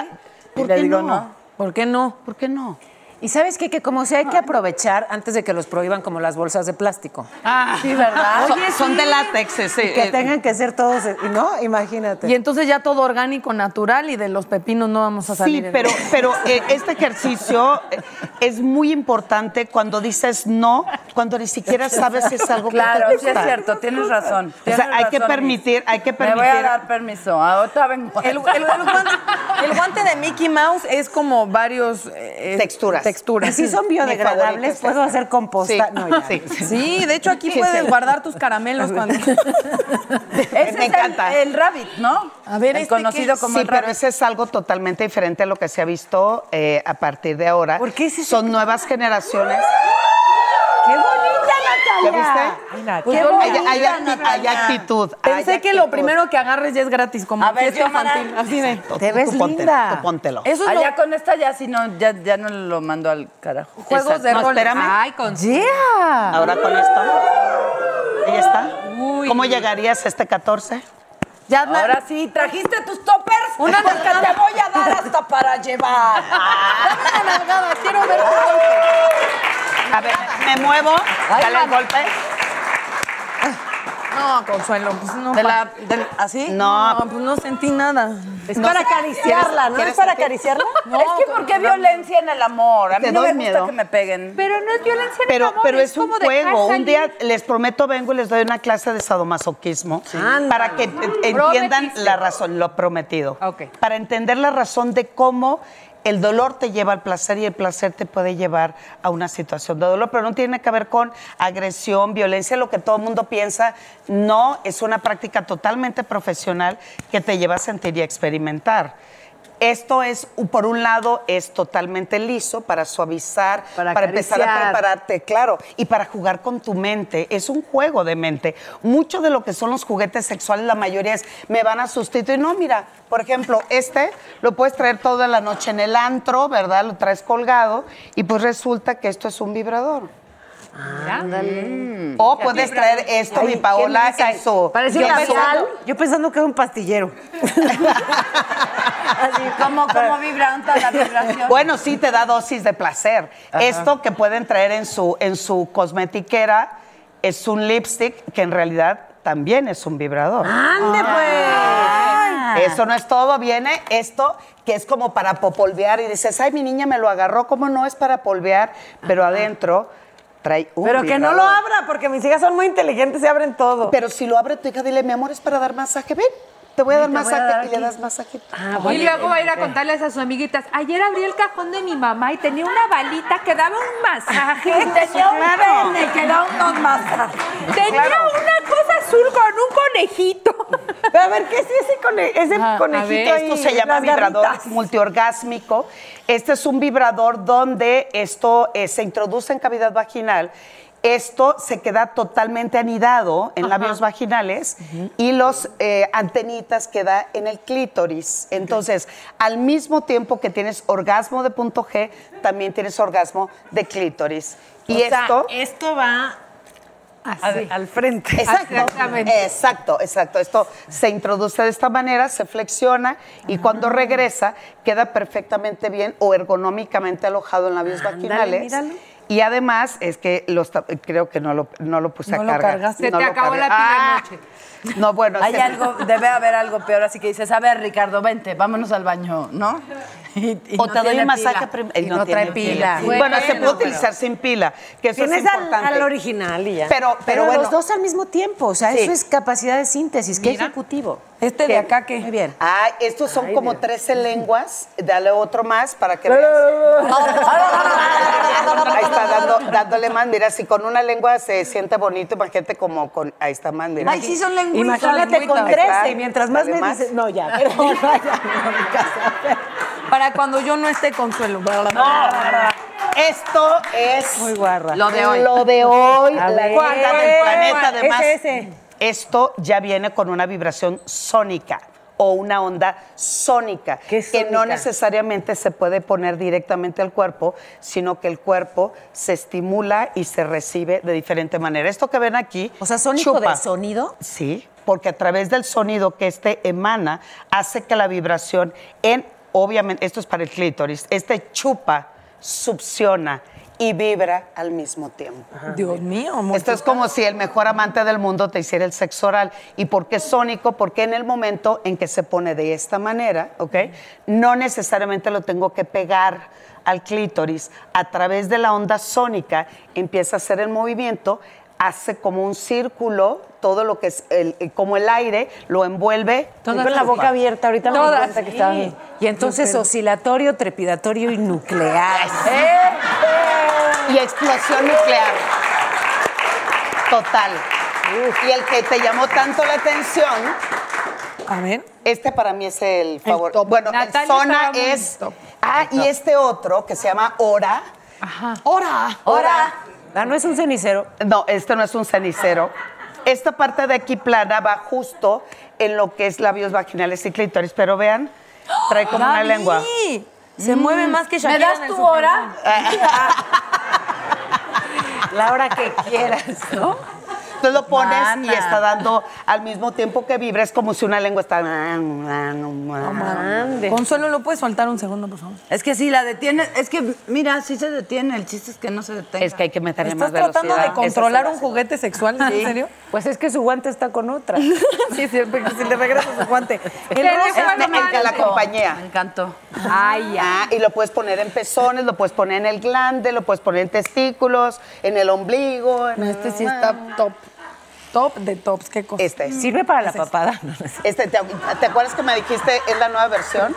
Q: la...
F: y le digo, no.
B: ¿Por qué no?
Q: ¿Por qué no?
B: Y sabes qué? que como se hay que aprovechar antes de que los prohíban como las bolsas de plástico.
Q: Ah,
B: Sí, ¿verdad?
Q: Son,
B: Oye,
Q: son
B: sí.
Q: de látex, sí.
B: Y que
Q: eh,
B: tengan que ser todos, eh, ¿no? Imagínate.
D: Y entonces ya todo orgánico, natural y de los pepinos no vamos a salir.
Q: Sí, pero, pero eh, este ejercicio eh, es muy importante cuando dices no, cuando ni siquiera sabes si es algo
F: Claro,
Q: que te
F: sí es
Q: gusta.
F: cierto, tienes razón.
Q: O sea,
F: tienes
Q: hay que
F: razón,
Q: permitir, hay que
F: Miss. Me voy
Q: permitir.
F: a dar permiso. ah, Ahorita vengo.
D: El, el- el guante, el guante de Mickey Mouse es como varios eh,
Q: Texturas.
D: texturas.
B: Y si son
D: Mi favorito
B: biodegradables,
D: es este.
B: puedo hacer composta.
Q: Sí.
B: No, ya.
Q: Sí.
D: Sí, de hecho aquí puedes guardar tus caramelos cuando.
F: Ese es el, el rabbit, ¿no?
D: A ver,
F: el
D: este
F: conocido
D: que-
F: como
Q: sí,
F: el
Q: pero
F: rabbit.
Q: ese es algo totalmente diferente a lo que se ha visto eh, a partir de ahora. Son nuevas generaciones.
B: ¡Qué bonita,
Q: ¿Ya
B: Natalia!
Q: viste?
B: Mira,
Q: Pues
B: qué
Q: yo- hay,
B: bonita,
Q: hay acti- hay
B: Natalia.
Q: actitud.
D: Pensé que lo primero que agarres ya es gratis, como
F: A ver,
D: fiesta
F: Xiomara.
D: infantil. Así de.
F: Te ves linda.
Q: Tú póntelo.
D: Eso es
F: Allá
D: lo-
F: con esta ya, si no, ya, ya no lo mando al carajo.
D: Juegos
F: Exacto.
D: de
F: No,
D: rol.
F: espérame.
D: Ay, con
B: Yeah.
Q: Ahora con esto. Ahí está. ¿Cómo llegarías este 14?
D: Ya na-
F: Ahora sí, trajiste tus toppers.
D: Una
F: porque te voy a dar hasta para llevar.
D: Dame una nalgada, quiero ver tu golpe.
Q: A ver, me muevo. Dale el golpe.
D: No, Consuelo, pues no.
F: De la-
D: pa-
F: de-
B: ¿Ah,
F: ¿Así?
Q: No.
D: pues no sentí nada.
F: Es para acariciarla, ¿no? ¿Es para acariciarla? es que porque violencia en el amor. A mí
Q: Te
F: no me
Q: doy
F: gusta
Q: miedo.
F: que me peguen.
E: Pero no es violencia en el
Q: Pero,
E: amor,
Q: pero es un
E: como dejar
Q: juego. Un
E: salir.
Q: día les prometo vengo y les doy una clase de sadomasoquismo para que eh, entiendan
E: Mm, Prometiste.
Q: la razón, lo prometido.
E: Ok.
Q: Para entender la razón de cómo el dolor te lleva al placer y el placer te puede llevar a una situación de dolor, pero no tiene que ver con agresión, violencia, lo que todo el mundo piensa. No, es una práctica totalmente profesional que te lleva a sentir y a experimentar. Esto es, u- por un lado, es totalmente liso para suavizar, para, empezar a
B: acariciar.
Q: prepararte, claro, y para jugar con tu mente. Es un juego de mente. Mucho de lo que son los juguetes sexuales, la mayoría es, me van a sustituir. No, mira, por ejemplo, este lo puedes traer toda la noche en el antro, ¿verdad? Lo traes colgado y pues resulta que esto es un vibrador. Mm. O puedes traer esto, mi Paola, en su-
B: Parece
Q: Yo
B: un
Q: pensando-
B: labial. Yo pensando que era un pastillero.
F: Así como, como vibranta la vibración.
Q: Bueno, sí te da dosis de placer.
F: Ajá.
Q: Esto que pueden traer en su, en su cosmetiquera es un lipstick que en realidad también es un vibrador.
B: ¡Ande,
Q: pues! Eso no es todo, viene esto que es como para popolvear y dices, ay, mi niña me lo agarró, ¿cómo no es para polvear? Pero adentro trae un
B: Pero que no lo
Q: vibrador.
B: abra, porque mis hijas son muy inteligentes y abren todo.
Q: Pero si lo abre tu hija, dile, mi amor, es para dar masaje, ven. Te voy a dar
B: te voy a
Q: masaje
B: dar
Q: y le
B: aquí.
Q: das masaje.
E: Y luego va a ir a contarles a sus amiguitas. Ayer abrí el cajón de mi mamá y tenía una balita que daba un masaje.
B: Tenía un
E: Claro.
B: pene que daba unos masajes.
E: Tenía
B: Claro.
E: una cosa azul con un conejito.
B: Pero a ver, ¿qué es ese, cone- ese conejito? ahí?
Q: esto se llama
B: Las
Q: vibrador
B: garritas.
Q: multiorgásmico. Este es un vibrador donde esto eh, se introduce en cavidad vaginal. Esto se queda totalmente anidado en labios vaginales y los eh, antenitas queda en el clítoris. Entonces, al mismo tiempo que tienes orgasmo de punto G, también tienes orgasmo de clítoris. Y
B: O sea,
Q: esto
B: esto Ah, va al, al frente.
Q: Exacto, exacto, exacto. Esto se introduce de esta manera, se flexiona y
B: Ah.
Q: cuando regresa queda perfectamente bien o ergonómicamente alojado en labios vaginales.
B: míralo.
Q: Y además es que los ta- creo que no lo, no lo puse
B: No
Q: a
B: lo
Q: cargar.
B: cargaste. Se
Q: No
B: te
Q: lo
B: acabó
Q: cargué.
B: la pila
Q: Ah, No, bueno,
F: Hay
Q: ese-
F: algo, debe haber algo peor, así que dices, a ver, Ricardo, vente, vámonos al baño, ¿no? Y- y
Q: o
F: no
Q: te doy
F: tiene
Q: un masaje
F: pila.
Q: prim-
F: Y no, trae
Q: tiene
F: pila.
Q: Bueno, se puede utilizar sin pila, que eso es
B: Tienes al,
Q: importante.
B: al original y ya.
Q: Pero- pero bueno.
B: los dos al mismo tiempo. O sea,
Q: Sí.
B: eso es capacidad de síntesis. Qué ejecutivo.
Q: Este de acá,
B: ¿qué? Muy bien.
Q: Ah, estos son como 13 lenguas. Dale otro más para que veas. Ahí está dando- dándole más. Mira, si con una lengua se siente bonito, imagínate como con. Ahí está más, mira.
B: Ay, sí son lenguitas.
Q: Imagínate con
B: Lenguitas. Ahí
Q: 13. Y
B: está.
Q: mientras más me
B: Además.
Q: dices. No, ya.
B: pero no,
D: Para cuando yo no esté consuelo.
Q: Esto es.
B: Muy guarra.
D: Lo de hoy.
Q: Lo de hoy.
B: A
Q: La
B: ver.
Q: cuarta del
B: ¿Cuál?
Q: planeta,
B: ¿Cuál?
Q: además.
B: Ese, ese.
Q: Esto ya viene con una vibración sónica o una onda sónica, que no
B: sónica?
Q: necesariamente se puede poner directamente al cuerpo, sino que el cuerpo se estimula y se recibe de diferente manera. Esto que ven aquí,
B: O sea, sónico
Q: chupa.
B: de sonido.
Q: Sí, porque a través del sonido que este emana hace que la vibración en, obviamente, esto es para el clítoris, este chupa, succiona y vibra al mismo tiempo.
D: Dios mío,
Q: Esto es como si el mejor amante del mundo te hiciera el sexo oral. ¿Y por qué sónico? Porque en el momento en que se pone de esta manera, ¿ok? No necesariamente lo tengo que pegar al clítoris. A través de la onda sónica empieza a hacer el movimiento, hace como un círculo, todo lo que es el, eh, como el aire, lo envuelve.
B: Yo con la boca abierta, ahorita me di
Q: Todas.
B: cuenta que estaba bien. Y entonces oscilatorio, trepidatorio y nuclear.
Q: Y explosión nuclear. Total. Y el que te llamó tanto la atención. A ver. Este para mí es el favor. Bueno,
E: Natalia
Q: el zona
E: estaba muy
Q: es. Ah, y este otro que se llama Hora. Ajá. Hora. Hora.
B: Ah, no es un cenicero.
Q: No, este no es un cenicero. Esta parte de aquí plana va justo en lo que es labios vaginales y clítoris, pero vean, trae como una
D: Gaby,
Q: lengua.
D: Se mueve
F: Mm.
D: más que Shakira.
B: ¿Me das
D: en el
B: tu
D: Super
B: hora?
D: Bowl.
Q: La hora que quieras, ¿no? Tú lo pones y
F: Mana.
Q: está dando al mismo tiempo que vibra, es como si una lengua está.
D: Consuelo, ¿lo puedes soltar un segundo, por favor?
F: Es que si la detienes, es que mira, si se detiene, el chiste es que no se detiene.
Q: Es que hay que meterle
D: ¿Estás tratando de controlar un juguete sexual? ¿En serio?
B: Pues es que su guante está con otra.
D: sí, sí, porque si le regresas su guante.
Q: El rosa es el que la
F: Me
Q: compañía.
F: encantó.
Q: Ay, ya. y lo puedes poner en pezones, lo puedes poner en el glande, lo puedes poner en testículos, en el ombligo. este sí está top.
D: Top de tops, qué cosa.
Q: Este.
B: ¿Sirve para la papada?
Q: Este, ¿te, te acuerdas que me dijiste es la nueva versión?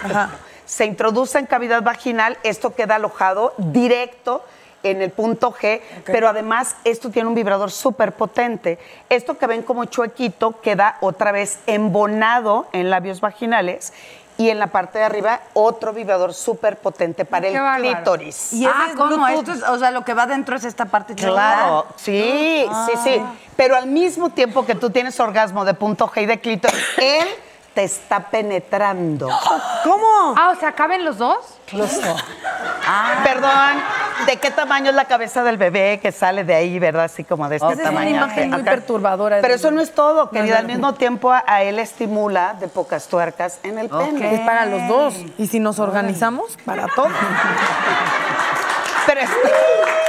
Q: Se introduce en cavidad vaginal, esto queda alojado directo en el punto G, pero además esto tiene un vibrador súper potente. Esto que ven como chuequito queda otra vez embonado en labios vaginales y en la parte de arriba otro vibrador súper potente para el clítoris.
B: Y ah, ¿cómo? Esto es- o sea, lo que va dentro es esta parte
Q: Claro, sí,
B: Ah.
Q: sí, sí. Pero al mismo tiempo que tú tienes orgasmo de punto G y de clítoris, él te está penetrando.
F: ¿Cómo? Ah, o sea, ¿caben los dos?
Q: Los dos. Perdón, ¿de qué tamaño es la cabeza del bebé que sale de ahí, verdad? Así como de este
F: Esa es una
Q: tamaño.
F: imagen muy
Q: perturbadora. Pero eso no es todo, querida. Al mismo tiempo a, a él estimula de pocas tuercas en el pene.
D: Es para los dos. Y si nos organizamos, para todos.
Q: Pero esto,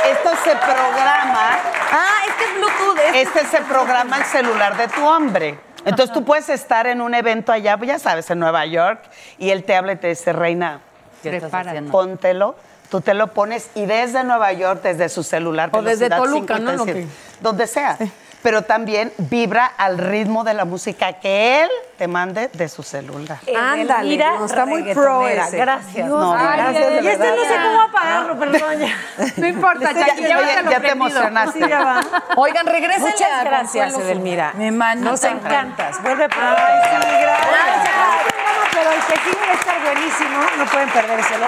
Q: esto se programa. Ah, este es Bluetooth. Este se programa el celular de tu hombre. Entonces tú puedes estar en un evento allá, ya sabes, en Nueva York, y él te habla y te dice, Reina,
B: ¿Qué estás
Q: prepárate,
B: haciendo?"
Q: póntelo. Tú te lo pones y desde Nueva York, desde su celular,
B: O desde
Q: velocidad
B: Toluca,
Q: 50,
B: ¿no? Lo
Q: 100, Donde sea. Pero también vibra al ritmo de la música que él te mande de su celular.
B: Ándale, Mira, no, está muy pro era. reggaetonero ese. Gracias.
Q: No,
B: Ay,
Q: gracias, de
B: y este
Q: verdad.
B: no sé cómo apagarlo, perdón. Ya.
F: No importa,
B: Este ya-
F: Jackie,
B: ya-
F: llévatelo
B: ya te
F: prendido.
B: emocionaste.
F: Sí, ya va.
M: Oigan, regresen.
B: Muchas gracias, Edelmira. Mi mano.
M: Nos encantas.
B: Vuelve para Ay, sí, gracias.
M: Bueno, pero el tequila va a estar buenísimo. No pueden perdérselo.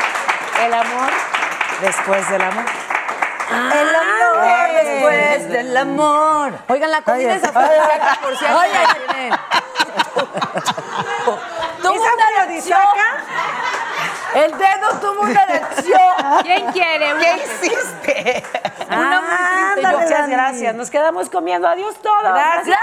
M: El amor después del amor.
B: El amor después del amor.
M: Oigan, la comida
B: Oye,
M: es afrodisíaca,
B: oye,
M: por si alguien
B: oye.
M: la tiene. Tuvo
B: ¿Es
M: una erección. El dedo tuvo una erección.
F: ¿Quién quiere?
M: ¿Qué
Q: hiciste?
M: Una muy triste.
B: Muchas gracias. Nos quedamos comiendo. Adiós todos.
M: Gracias.